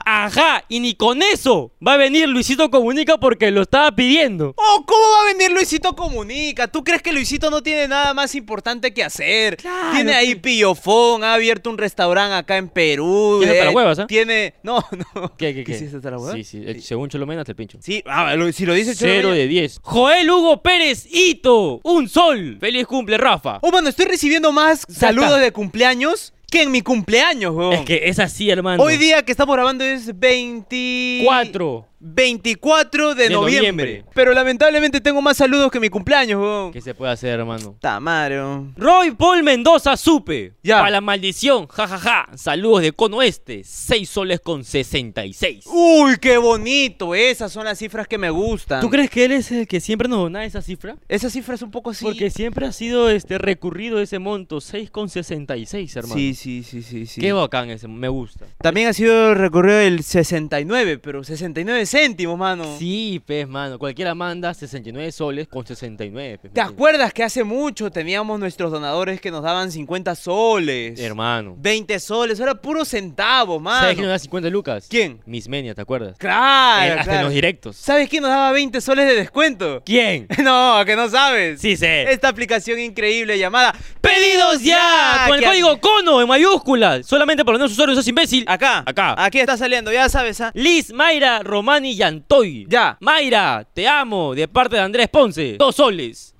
Ajá, y ni con eso va a venir Luisito Comunica porque lo estaba pidiendo. Oh, ¿cómo va a venir Luisito Comunica? ¿Tú crees que Luisito no tiene nada más importante que hacer? Claro, tiene ahí pillofón, ha abierto un restaurante acá en Perú. eh, Tiene para huevas, ¿ah? Tiene. No, no. ¿Qué, qué, qué? ¿Quisiste estar a huevas? Sí, sí, eh, según Cholomena hasta el pincho. Sí, ah, lo- si lo dice Cholo Cero Maya- de 10. Joel Hugo Pérez Hito, un sol. Feliz cumple, Rafa. Oh, mano, estoy recibiendo más saludos de cumpleaños que en mi cumpleaños, weón. Es que es así, hermano. Hoy día que estamos grabando es 20... Cuatro. 24 de, De noviembre. noviembre. Pero lamentablemente tengo más saludos que mi cumpleaños, weón. ¿Qué se puede hacer, hermano? Está mal, weón. Roy Paul Mendoza supe. Ya. Para la maldición, jajaja. Saludos de Cono Este, 6 soles con 66. Uy, qué bonito. Esas son las cifras que me gustan. ¿Tú crees que él es el que siempre nos dona esa cifra? Esa cifra es un poco así. Porque siempre ha sido este recurrido ese monto, 6,66, hermano. sí, sí, sí, sí, sí. Qué bacán ese, me gusta. También ha sido recorrido el 69, pero 69 céntimos, mano. Sí, pez, mano. Cualquiera manda 69 soles con 69. pez, ¿Te ¿me entiendes? acuerdas que hace mucho teníamos nuestros donadores que nos daban 50 soles? Hermano. 20 soles, era puro centavo, mano. ¿Sabes quién nos da 50 lucas? ¿Quién? Miss Menia, ¿te acuerdas? Claro, Él, hasta en claro. los directos. ¿Sabes quién nos daba 20 soles de descuento? ¿Quién? No, que no sabes. Sí eh. sé. Esta aplicación increíble llamada ¡Pedidos ya! Con el Aquí- código CONO en mayúsculas. Solamente para los usuarios, sos imbécil. Acá. Acá. Aquí está saliendo, ya sabes. ¿ah? Liz, Mayra, Romani Yantoy. Ya. Mayra, te amo. De parte de Andrés Ponce. Dos soles.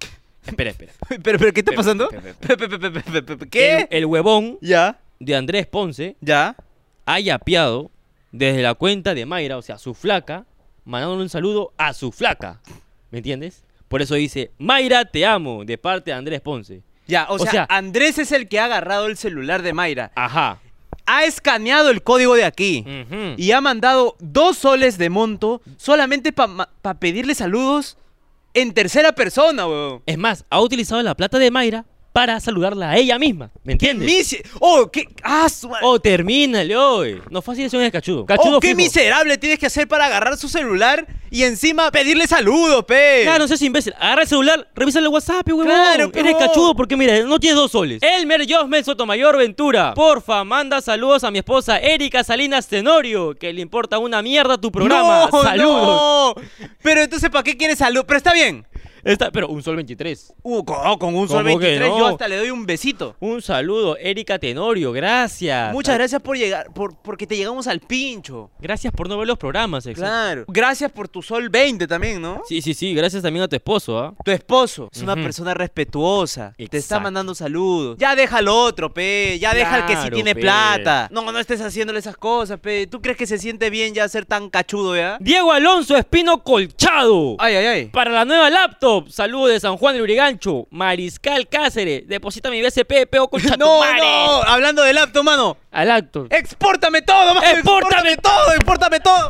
Espera, espera. Pero, pero, ¿qué está pasando? ¿Qué? El, el huevón Ya, de Andrés Ponce ya. ha yapeado desde la cuenta de Mayra, o sea, su flaca, mandándole un saludo a su flaca. ¿Me entiendes? Por eso dice, Mayra, te amo. De parte de Andrés Ponce. Ya, o, O sea, sea- Andrés es el que ha agarrado el celular de Mayra. Ajá. Ha escaneado el código de aquí. Ujú. Y ha mandado dos soles de monto solamente para pedirle saludos en tercera persona, weón. Es más, ha utilizado la plata de Mayra para saludarla a ella misma. ¿Me entiendes? Mis- ¡Oh, qué! ¡Ah, su madre! Oh, termínale hoy. No fácil es un cachudo. Oh, Cachudo qué fijo. miserable tienes que hacer para agarrar su celular y encima pedirle saludos, pe! Claro, no seas imbécil. Agarra el celular, revisa el WhatsApp, huevón. Claro, pe, Eres huevón. cachudo porque, mira, no tienes dos soles. Elmer Josmel Sotomayor Ventura. Porfa, manda saludos a mi esposa Erika Salinas Tenorio, que le importa una mierda tu programa. No, saludos. no. Pero entonces, ¿para qué quieres salud? Pero está bien. Está- pero un sol 23. Uh, con, con un sol ¿Cómo que 23 yo no? hasta le doy un besito. Un saludo, Erika Tenorio. Gracias. Muchas gracias por llegar, por, porque te llegamos al pincho. Gracias por no ver los programas, exacto. Claro. Gracias por tu sol 20 también, ¿no? Sí, sí, sí. Gracias también a tu esposo, ¿ah? Tu esposo es una Ujú. persona respetuosa. Te está Exacto. mandando saludos. Ya deja al otro, pe. Ya deja al que sí Claro, tiene pe. plata. No, no estés haciéndole esas cosas, pe. ¿Tú crees que se siente bien ya ser tan cachudo, ya? Diego Alonso Espino Colchado. Ay, ay, ay. Para la nueva laptop, saludos de San Juan del Urigancho, Mariscal Cáceres, deposita mi BSP, peo con No, no. Eh. Hablando de laptop, mano. Al acto. ¡Expórtame todo, mano! ¡Expórtame! todo! ¡Expórtame todo!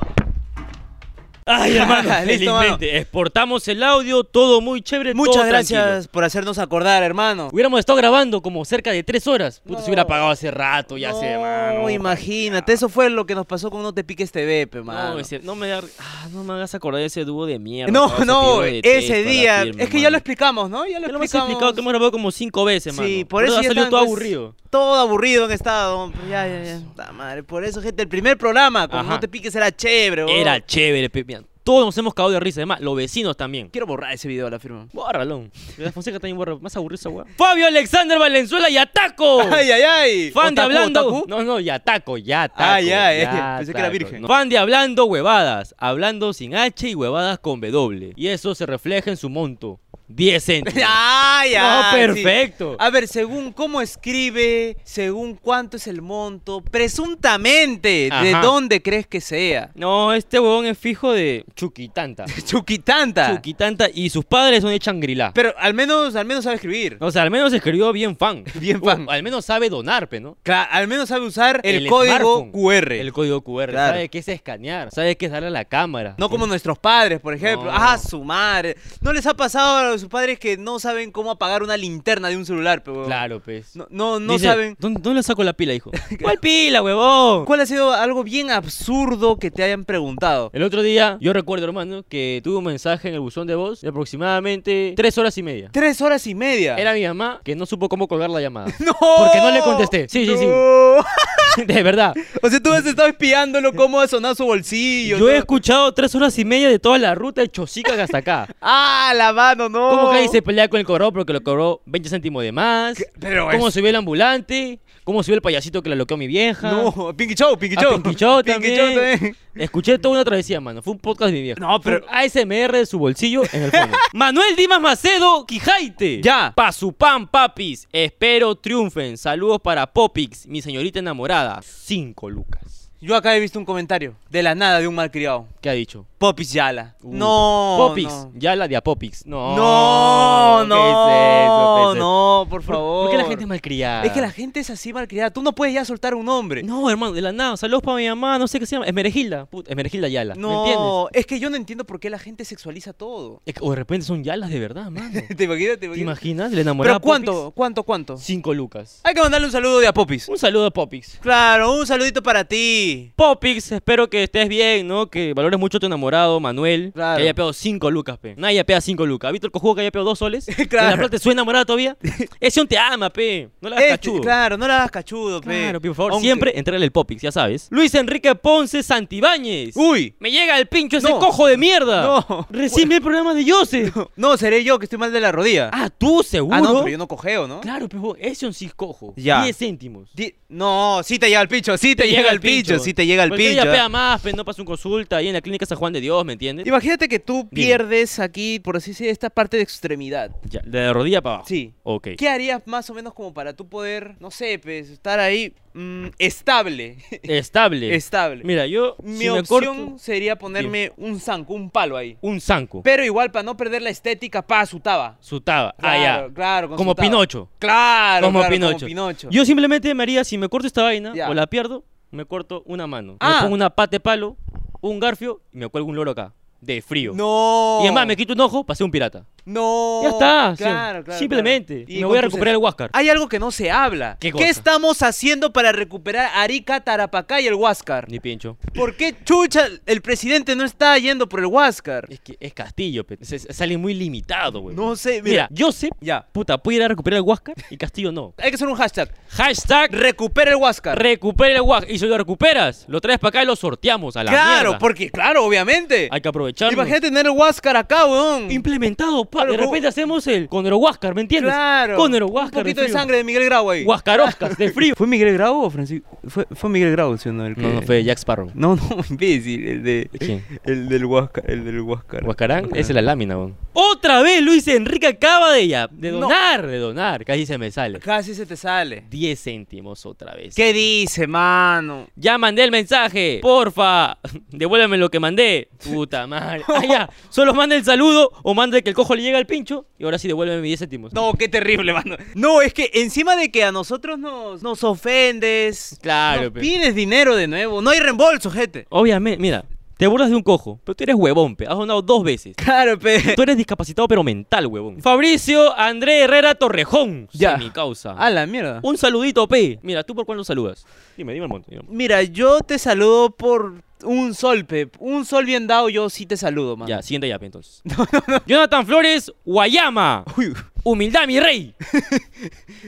Ay, hermano, Listo, felizmente. Exportamos el audio, todo muy chévere, todo Muchas gracias tranquilo. por hacernos acordar, hermano. Hubiéramos estado grabando como cerca de tres horas. Puta, No. se hubiera pagado hace rato, ya no, sé, mano. imagínate, eso fue lo que nos pasó con No Te Piques TV, pe, mano. No, ese- no me da- ah, no me hagas acordar de ese dúo de mierda. No, causa, no, que yo detesto ese a la día. firma, es que ya lo mano. explicamos, ¿no? Ya lo Ya lo hemos explicamos. explicado que hemos grabado como cinco veces, mano. Sí, por eso ha ya salido están, todo pues, aburrido. Todo aburrido han estado. Ya, ya, ya. Puta madre. Por eso, gente, el primer programa, como Ajá. No Te Piques, era chévere, bro. Era chévere, pe- mira, Todos nos hemos cagado de risa, además, los vecinos también. Quiero borrar ese video, la firma. Bórralo. La Fonseca también borra. Más aburrido esa weá. Fabio Alexander Valenzuela y Ataco. ¡Ay, ay, ay! Fan Otaku, de hablando. otaku. No, no, ya taco, ya taco. Ah, ya, eh, pensé que era virgen. Fan de hablando huevadas. Hablando sin H y huevadas con W. Y eso se refleja en su monto: 10 céntimos. ¡Ay, No, ay, perfecto. sí. A ver, según cómo escribe, según cuánto es el monto, presuntamente, ¿de Ajá. dónde crees que sea? No, este huevón es fijo de Chuquitanta. Chuquitanta. Chuquitanta y sus padres son de Changrilá. Pero al menos, al menos sabe escribir. O sea, al menos escribió bien fan. Uh, Bien fan. al menos sabe donar, pe, ¿no? Cla- al menos sabe usar el, El código smartphone. QR. El código QR. Claro. Sabe qué es escanear. Sabe qué es darle a la cámara. No como nuestros padres, por ejemplo. No. Ah, su madre. ¿No les ha pasado a sus padres que no saben cómo apagar una linterna de un celular, pero Claro, pues. No, no, no Dice, saben. ¿Dónde, dónde le saco la pila, hijo? ¿Cuál pila, huevón? ¿Cuál ha sido algo bien absurdo que te hayan preguntado? El otro día, yo recuerdo, hermano, que tuve un mensaje en el buzón de voz de aproximadamente tres horas y media. Tres horas y media. Era mi mamá que no supo cómo colgar la llamada. No. Porque no le contesté. Sí, sí, sí. No. de verdad. O sea, tú has estado espiándolo cómo ha sonado su bolsillo. Yo he todo. escuchado tres horas y media de toda la ruta de Chosica hasta acá. Ah, la mano, no. ¿Cómo que ahí se pelea con el correo porque le cobró 20 céntimos de más? Pero ¿Cómo es- subió el ambulante? ¿Cómo subió el payasito que le loqueó a mi vieja? No, Pinky Show, Pinky Ah, Show. Pinky Show Pinky también. Show también. Escuché toda una travesía, mano. Fue un podcast de mi vieja. No, Fue pero- un ASMR de su bolsillo en el fondo. Manuel Dimas Macedo Quijaite. Ya. Pa' su pan, papis. Espero triunfen. Saludos para Popix, mi señorita enamorada. Cinco lucas. Yo acá he visto un comentario de la nada de un malcriado. ¿Qué ha dicho? Popis Yala. Uh, no. Popix. no. Ya la de a Popix. No. No, ¿qué es eso? no, ¿Qué es eso? no, por favor. ¿Por qué la gente es malcriada? Es que la gente es así malcriada. Tú no puedes ya soltar un nombre. No, hermano, de la nada. Saludos para mi mamá, no sé qué se llama. Esmerejilda. Puta, Esmerejilda Yala. ¿Me entiendes? No, es que yo no entiendo por qué la gente sexualiza todo. Es que- O de repente son Yalas de verdad, mano. ¿Te imaginas? ¿Te ¿Te imaginas? imaginas? ¿Le enamorada Pero ¿cuánto? Popix? ¿Cuánto? ¿Cuánto? Cinco lucas. Hay que mandarle un saludo de a Popis. Un saludo a Popix. Claro, un saludito para ti. Popix, espero que estés bien, ¿no? Que valores mucho a tu enamorado, Manuel. Claro. Que haya pegado 5 lucas, pe. Nadie pega 5 lucas. ¿Has visto el cojudo que haya pegado 2 soles? Claro. ¿En la plata su enamorado todavía? Ese un te ama, pe. No le hagas Este, cachudo. claro, no la hagas cachudo, pe. Claro, pe, por favor. Aunque- Siempre entrega el popix, ya sabes. Luis Enrique Ponce Santibáñez. Uy. Me llega el pincho ese No. cojo de mierda. No. Recién vi el programa de Jose. No, seré yo que estoy mal de la rodilla. Ah, tú seguro. Ah, no, pero yo no cogeo, ¿no? Claro, pero ese es un sí cojo. Ya. 10 céntimos. Di- No, sí te llega el pincho, sí te, llega, el pincho, sí te llega el Porque pincho. Ella ¿eh? pega más, pero no pasa un consulta ahí en la clínica San Juan de Dios, ¿me entiendes? Imagínate que tú Dime. pierdes aquí, por así decir, esta parte de extremidad. Ya, de la rodilla para abajo. Sí. Ok. ¿Qué harías más o menos como para tú poder, no sé, pues, estar ahí mm, estable? Estable. estable. Mira, yo Mi si me opción corto sería ponerme un zanco, un palo ahí. un zanco, Pero igual, para no perder la estética, pa, sutaba. sutaba, Claro, ah, ya. claro. con como su taba. Pinocho. Claro, como, claro, Pinocho. como Pinocho. Yo simplemente me haría, si me corto esta vaina Ya. o la pierdo, me corto una mano. Ah. Me pongo una pata de palo, un garfio y me cuelgo un loro acá, de frío. No. Y además me quito un ojo para ser un pirata. No. ya está. sí, Claro, claro. simplemente. claro. Me con voy a tus- recuperar el Huáscar. Hay algo que no se habla. ¿Qué ¿Qué, cosa? estamos haciendo para recuperar Arica, Tarapacá y el Huáscar? Ni pincho. ¿Por qué chucha el presidente no está yendo por el Huáscar? Es que es Castillo, pe. Se- se- sale muy limitado, güey. No sé, Mira, mira. yo sé, Ya. puta, puedo ir a recuperar el Huáscar y Castillo no. Hay que hacer un hashtag. Hashtag Recupera el Huáscar. recupera el Huáscar. Y si lo recuperas, lo traes para acá y lo sorteamos a la claro, mierda. porque, claro, obviamente. Hay que aprovecharlo. Imagínate tener el Huáscar acá, weón. Implementado, pa. Claro, de repente como- hacemos el Conero Huáscar, ¿me entiendes? Claro. Conero Un Huáscar. poquito de sangre de Miguel Grau ahí. Huascaroscas, de frío. ¿Fue Miguel Grau o Francisco? Fue, fue Miguel Grau, ¿sí o no? El que... No, no fue Jack Sparrow. No, no, imbécil, el de... ¿Quién? El del Huáscar, el del Huáscar. Huascarán, esa es la lámina, weón. Otra vez Luis Enrique acaba de ya, de No. donar, de donar, casi se me sale. Casi se te sale. 10 céntimos otra vez. ¿Qué dice, mano? Ya mandé el mensaje, porfa, devuélveme lo que mandé. Puta madre. Ah, ya, solo manda el saludo o manda que el cojo le llegue al pincho y ahora sí devuélveme mis 10 céntimos. No, qué terrible, mano. No, es que encima de que a nosotros nos, nos ofendes, Claro, nos pe. pides dinero de nuevo, no hay reembolso, gente. Obviamente, mira, te burlas de un cojo, pero tú eres huevón, pe. Has donado dos veces. Claro, pe. Tú eres discapacitado, pero mental, huevón. Fabricio André Herrera Torrejón. Ya. Sí, mi causa. A la mierda. Ah, Un saludito, P. Mira, ¿tú por cuándo saludas? Dime, dime el monte. dime el monte. Mira, yo te saludo por un sol, pe. Un sol bien dado, yo sí te saludo, mano. Ya, siguiente ya, pe, entonces. Jonathan Flores, Guayama. Uy, Humildad, mi rey.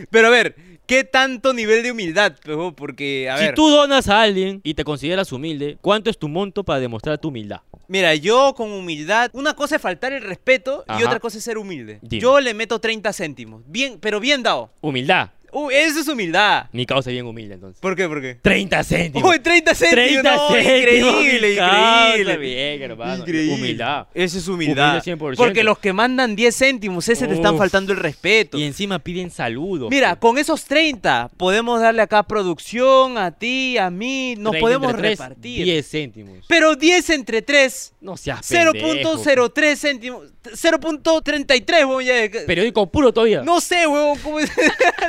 pero a ver, ¿qué tanto nivel de humildad, pe, huevón? Porque, a si ver. tú donas a alguien y te consideras humilde, ¿cuánto es tu monto para demostrar tu humildad? Mira, yo con humildad, una cosa es faltar el respeto y Ajá. otra cosa es ser humilde. Dime. Yo le meto 30 céntimos, bien, pero bien dado. Humildad. Uh, eso es humildad. Mi causa es bien humilde, entonces. ¿Por qué? ¿Por qué? 30 céntimos. Uy, 30 céntimos. 30 no, céntimos, mi Increíble, causa, increíble. bien, hermano. Increíble. Humildad. Eso es humildad. Humilde 100%. Porque los que mandan 10 céntimos, ese te están Uf. faltando el respeto. Y encima piden saludos. Mira, pe. con esos 30 podemos darle acá a producción, a ti, a mí, nos 30 podemos entre tres, repartir. 10 céntimos. Pero 10 entre 3, No seas pendejo. 0.03 céntimos, 0.33, huevón, ya. Periódico puro todavía. No sé, huevón, cómo es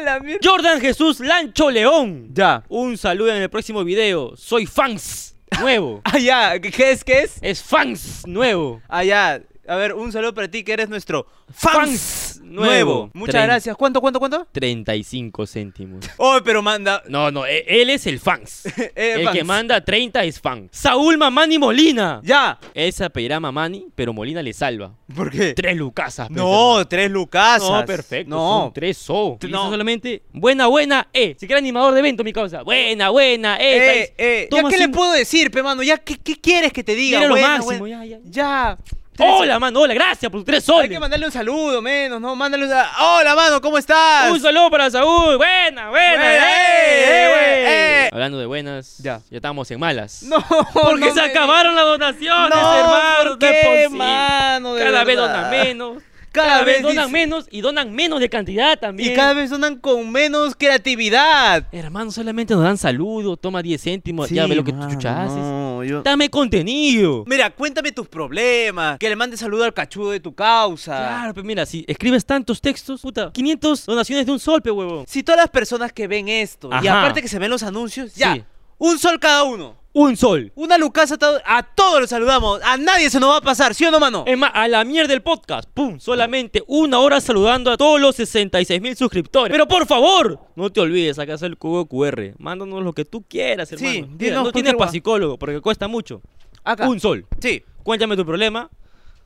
la mierda. Jordan Jesús Lancho León. Ya. Un saludo en el próximo video. Soy fans nuevo. Ah, ya, ¿qué- ¿qué es? ¿Qué es? es fans nuevo. Allá, a ver, un saludo para ti que eres nuestro fans, Fans nuevo. nuevo. Muchas Trein- gracias. ¿Cuánto, cuánto, cuánto? 35 céntimos. Oh, pero manda. No, no, e- él es el fans. Eh, el fans. que manda 30 es fan. Saúl Mamani Molina. Ya. Él se apellará Mamani, pero Molina le salva. ¿Por qué? Tres lucasas. pues, no, tres lucas. hermano. No, perfecto. No. Son tres so. T- Y no. eso solamente. Buena, buena, eh. Si quieres animador de evento, mi causa. Buena, buena, eh. Eh, eh, ¿Ya Toma qué cinco- le puedo decir, pe mano? ¿Ya qué, qué quieres que te diga? Era lo Buena, máximo, buena. ya, ya. Ya. Tres- Hola, mano, hola, gracias por tus tres Hay soles. que mandarle un saludo, menos, ¿no? Mándale un saludo. Hola, mano, ¿cómo estás? Un saludo para Saúl. Buena, buena. Buena, eh, eh, eh, eh. eh. Hablando de buenas, ya, Ya. estamos en malas. No, Porque no se me- acabaron las donaciones, No, hermano. ¿por no es qué, posible. mano? De Cada vez verdad. donan menos. Cada, Cada vez, vez donan dice- menos y donan menos de cantidad también. Y cada vez sonan con menos creatividad. Hermano, solamente nos dan saludos, toma 10 céntimos, ya Sí, ve lo que tú mano, chucha haces. no, yo- Dame contenido. Mira, cuéntame tus problemas. Que le mande saludo al cachudo de tu causa. Claro, pero mira, si escribes tantos textos, puta, 500 donaciones de un sol, pe huevón. Si todas las personas que ven esto y Ajá. aparte que se ven los anuncios, ya. Sí. Un sol cada uno. Un sol. Una lucasa a todo- a todos los saludamos. A nadie se nos va a pasar, ¿sí o no, mano? Es más, a la mierda del podcast. ¡Pum! Solamente una hora saludando a todos los 66 mil suscriptores. Pero por favor, no te olvides, acá está el cubo QR. Mándanos lo que tú quieras, Sí, hermano. Mira, dinos no cualquier tienes para guas- psicólogo porque cuesta mucho. Acá. Un sol. Sí. Cuéntame tu problema.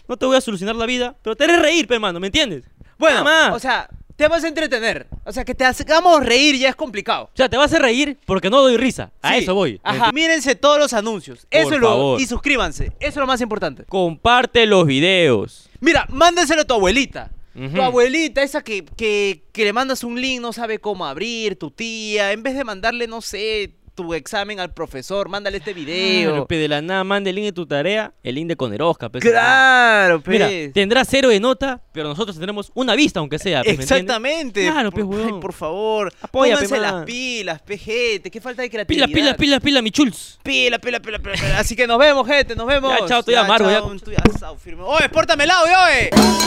No te voy a solucionar la vida, pero te haré reír, pe, hermano, ¿me entiendes? Bueno, Nada más. o sea, te vas a entretener. O sea, que te hagamos reír ya es complicado. O sea, te vas a reír porque no doy risa. A Sí. eso voy. Ajá. Mírense todos los anuncios. Eso Por es lo- favor. Y suscríbanse. Eso es lo más importante. Comparte los videos. Mira, mándenselo a tu abuelita. Ujú. Tu abuelita, esa que, que, que le mandas un link, no sabe cómo abrir, tu tía. En vez de mandarle, no sé, tu examen al profesor, mándale este Claro, video. pe, de la nada, manda el link de tu tarea, el link de Conerosca. pe, Claro, pe. Mira, tendrá cero de nota, pero nosotros tendremos una vista, aunque sea. pe, ¿me entiendes? Exactamente. Claro, por, pe, ay, huevón. por favor. Apoya, pe, Pónganse man. las pilas, pe, gente. Qué falta de Pila, creatividad. pila, pila, pila, mi chulz. Pila, pila, pila, pila, pila. Así que nos vemos, gente, nos vemos. Ya, chao, estoy amargo, ya. Estoy asado, firme. Oye, expórtame el audio, oye.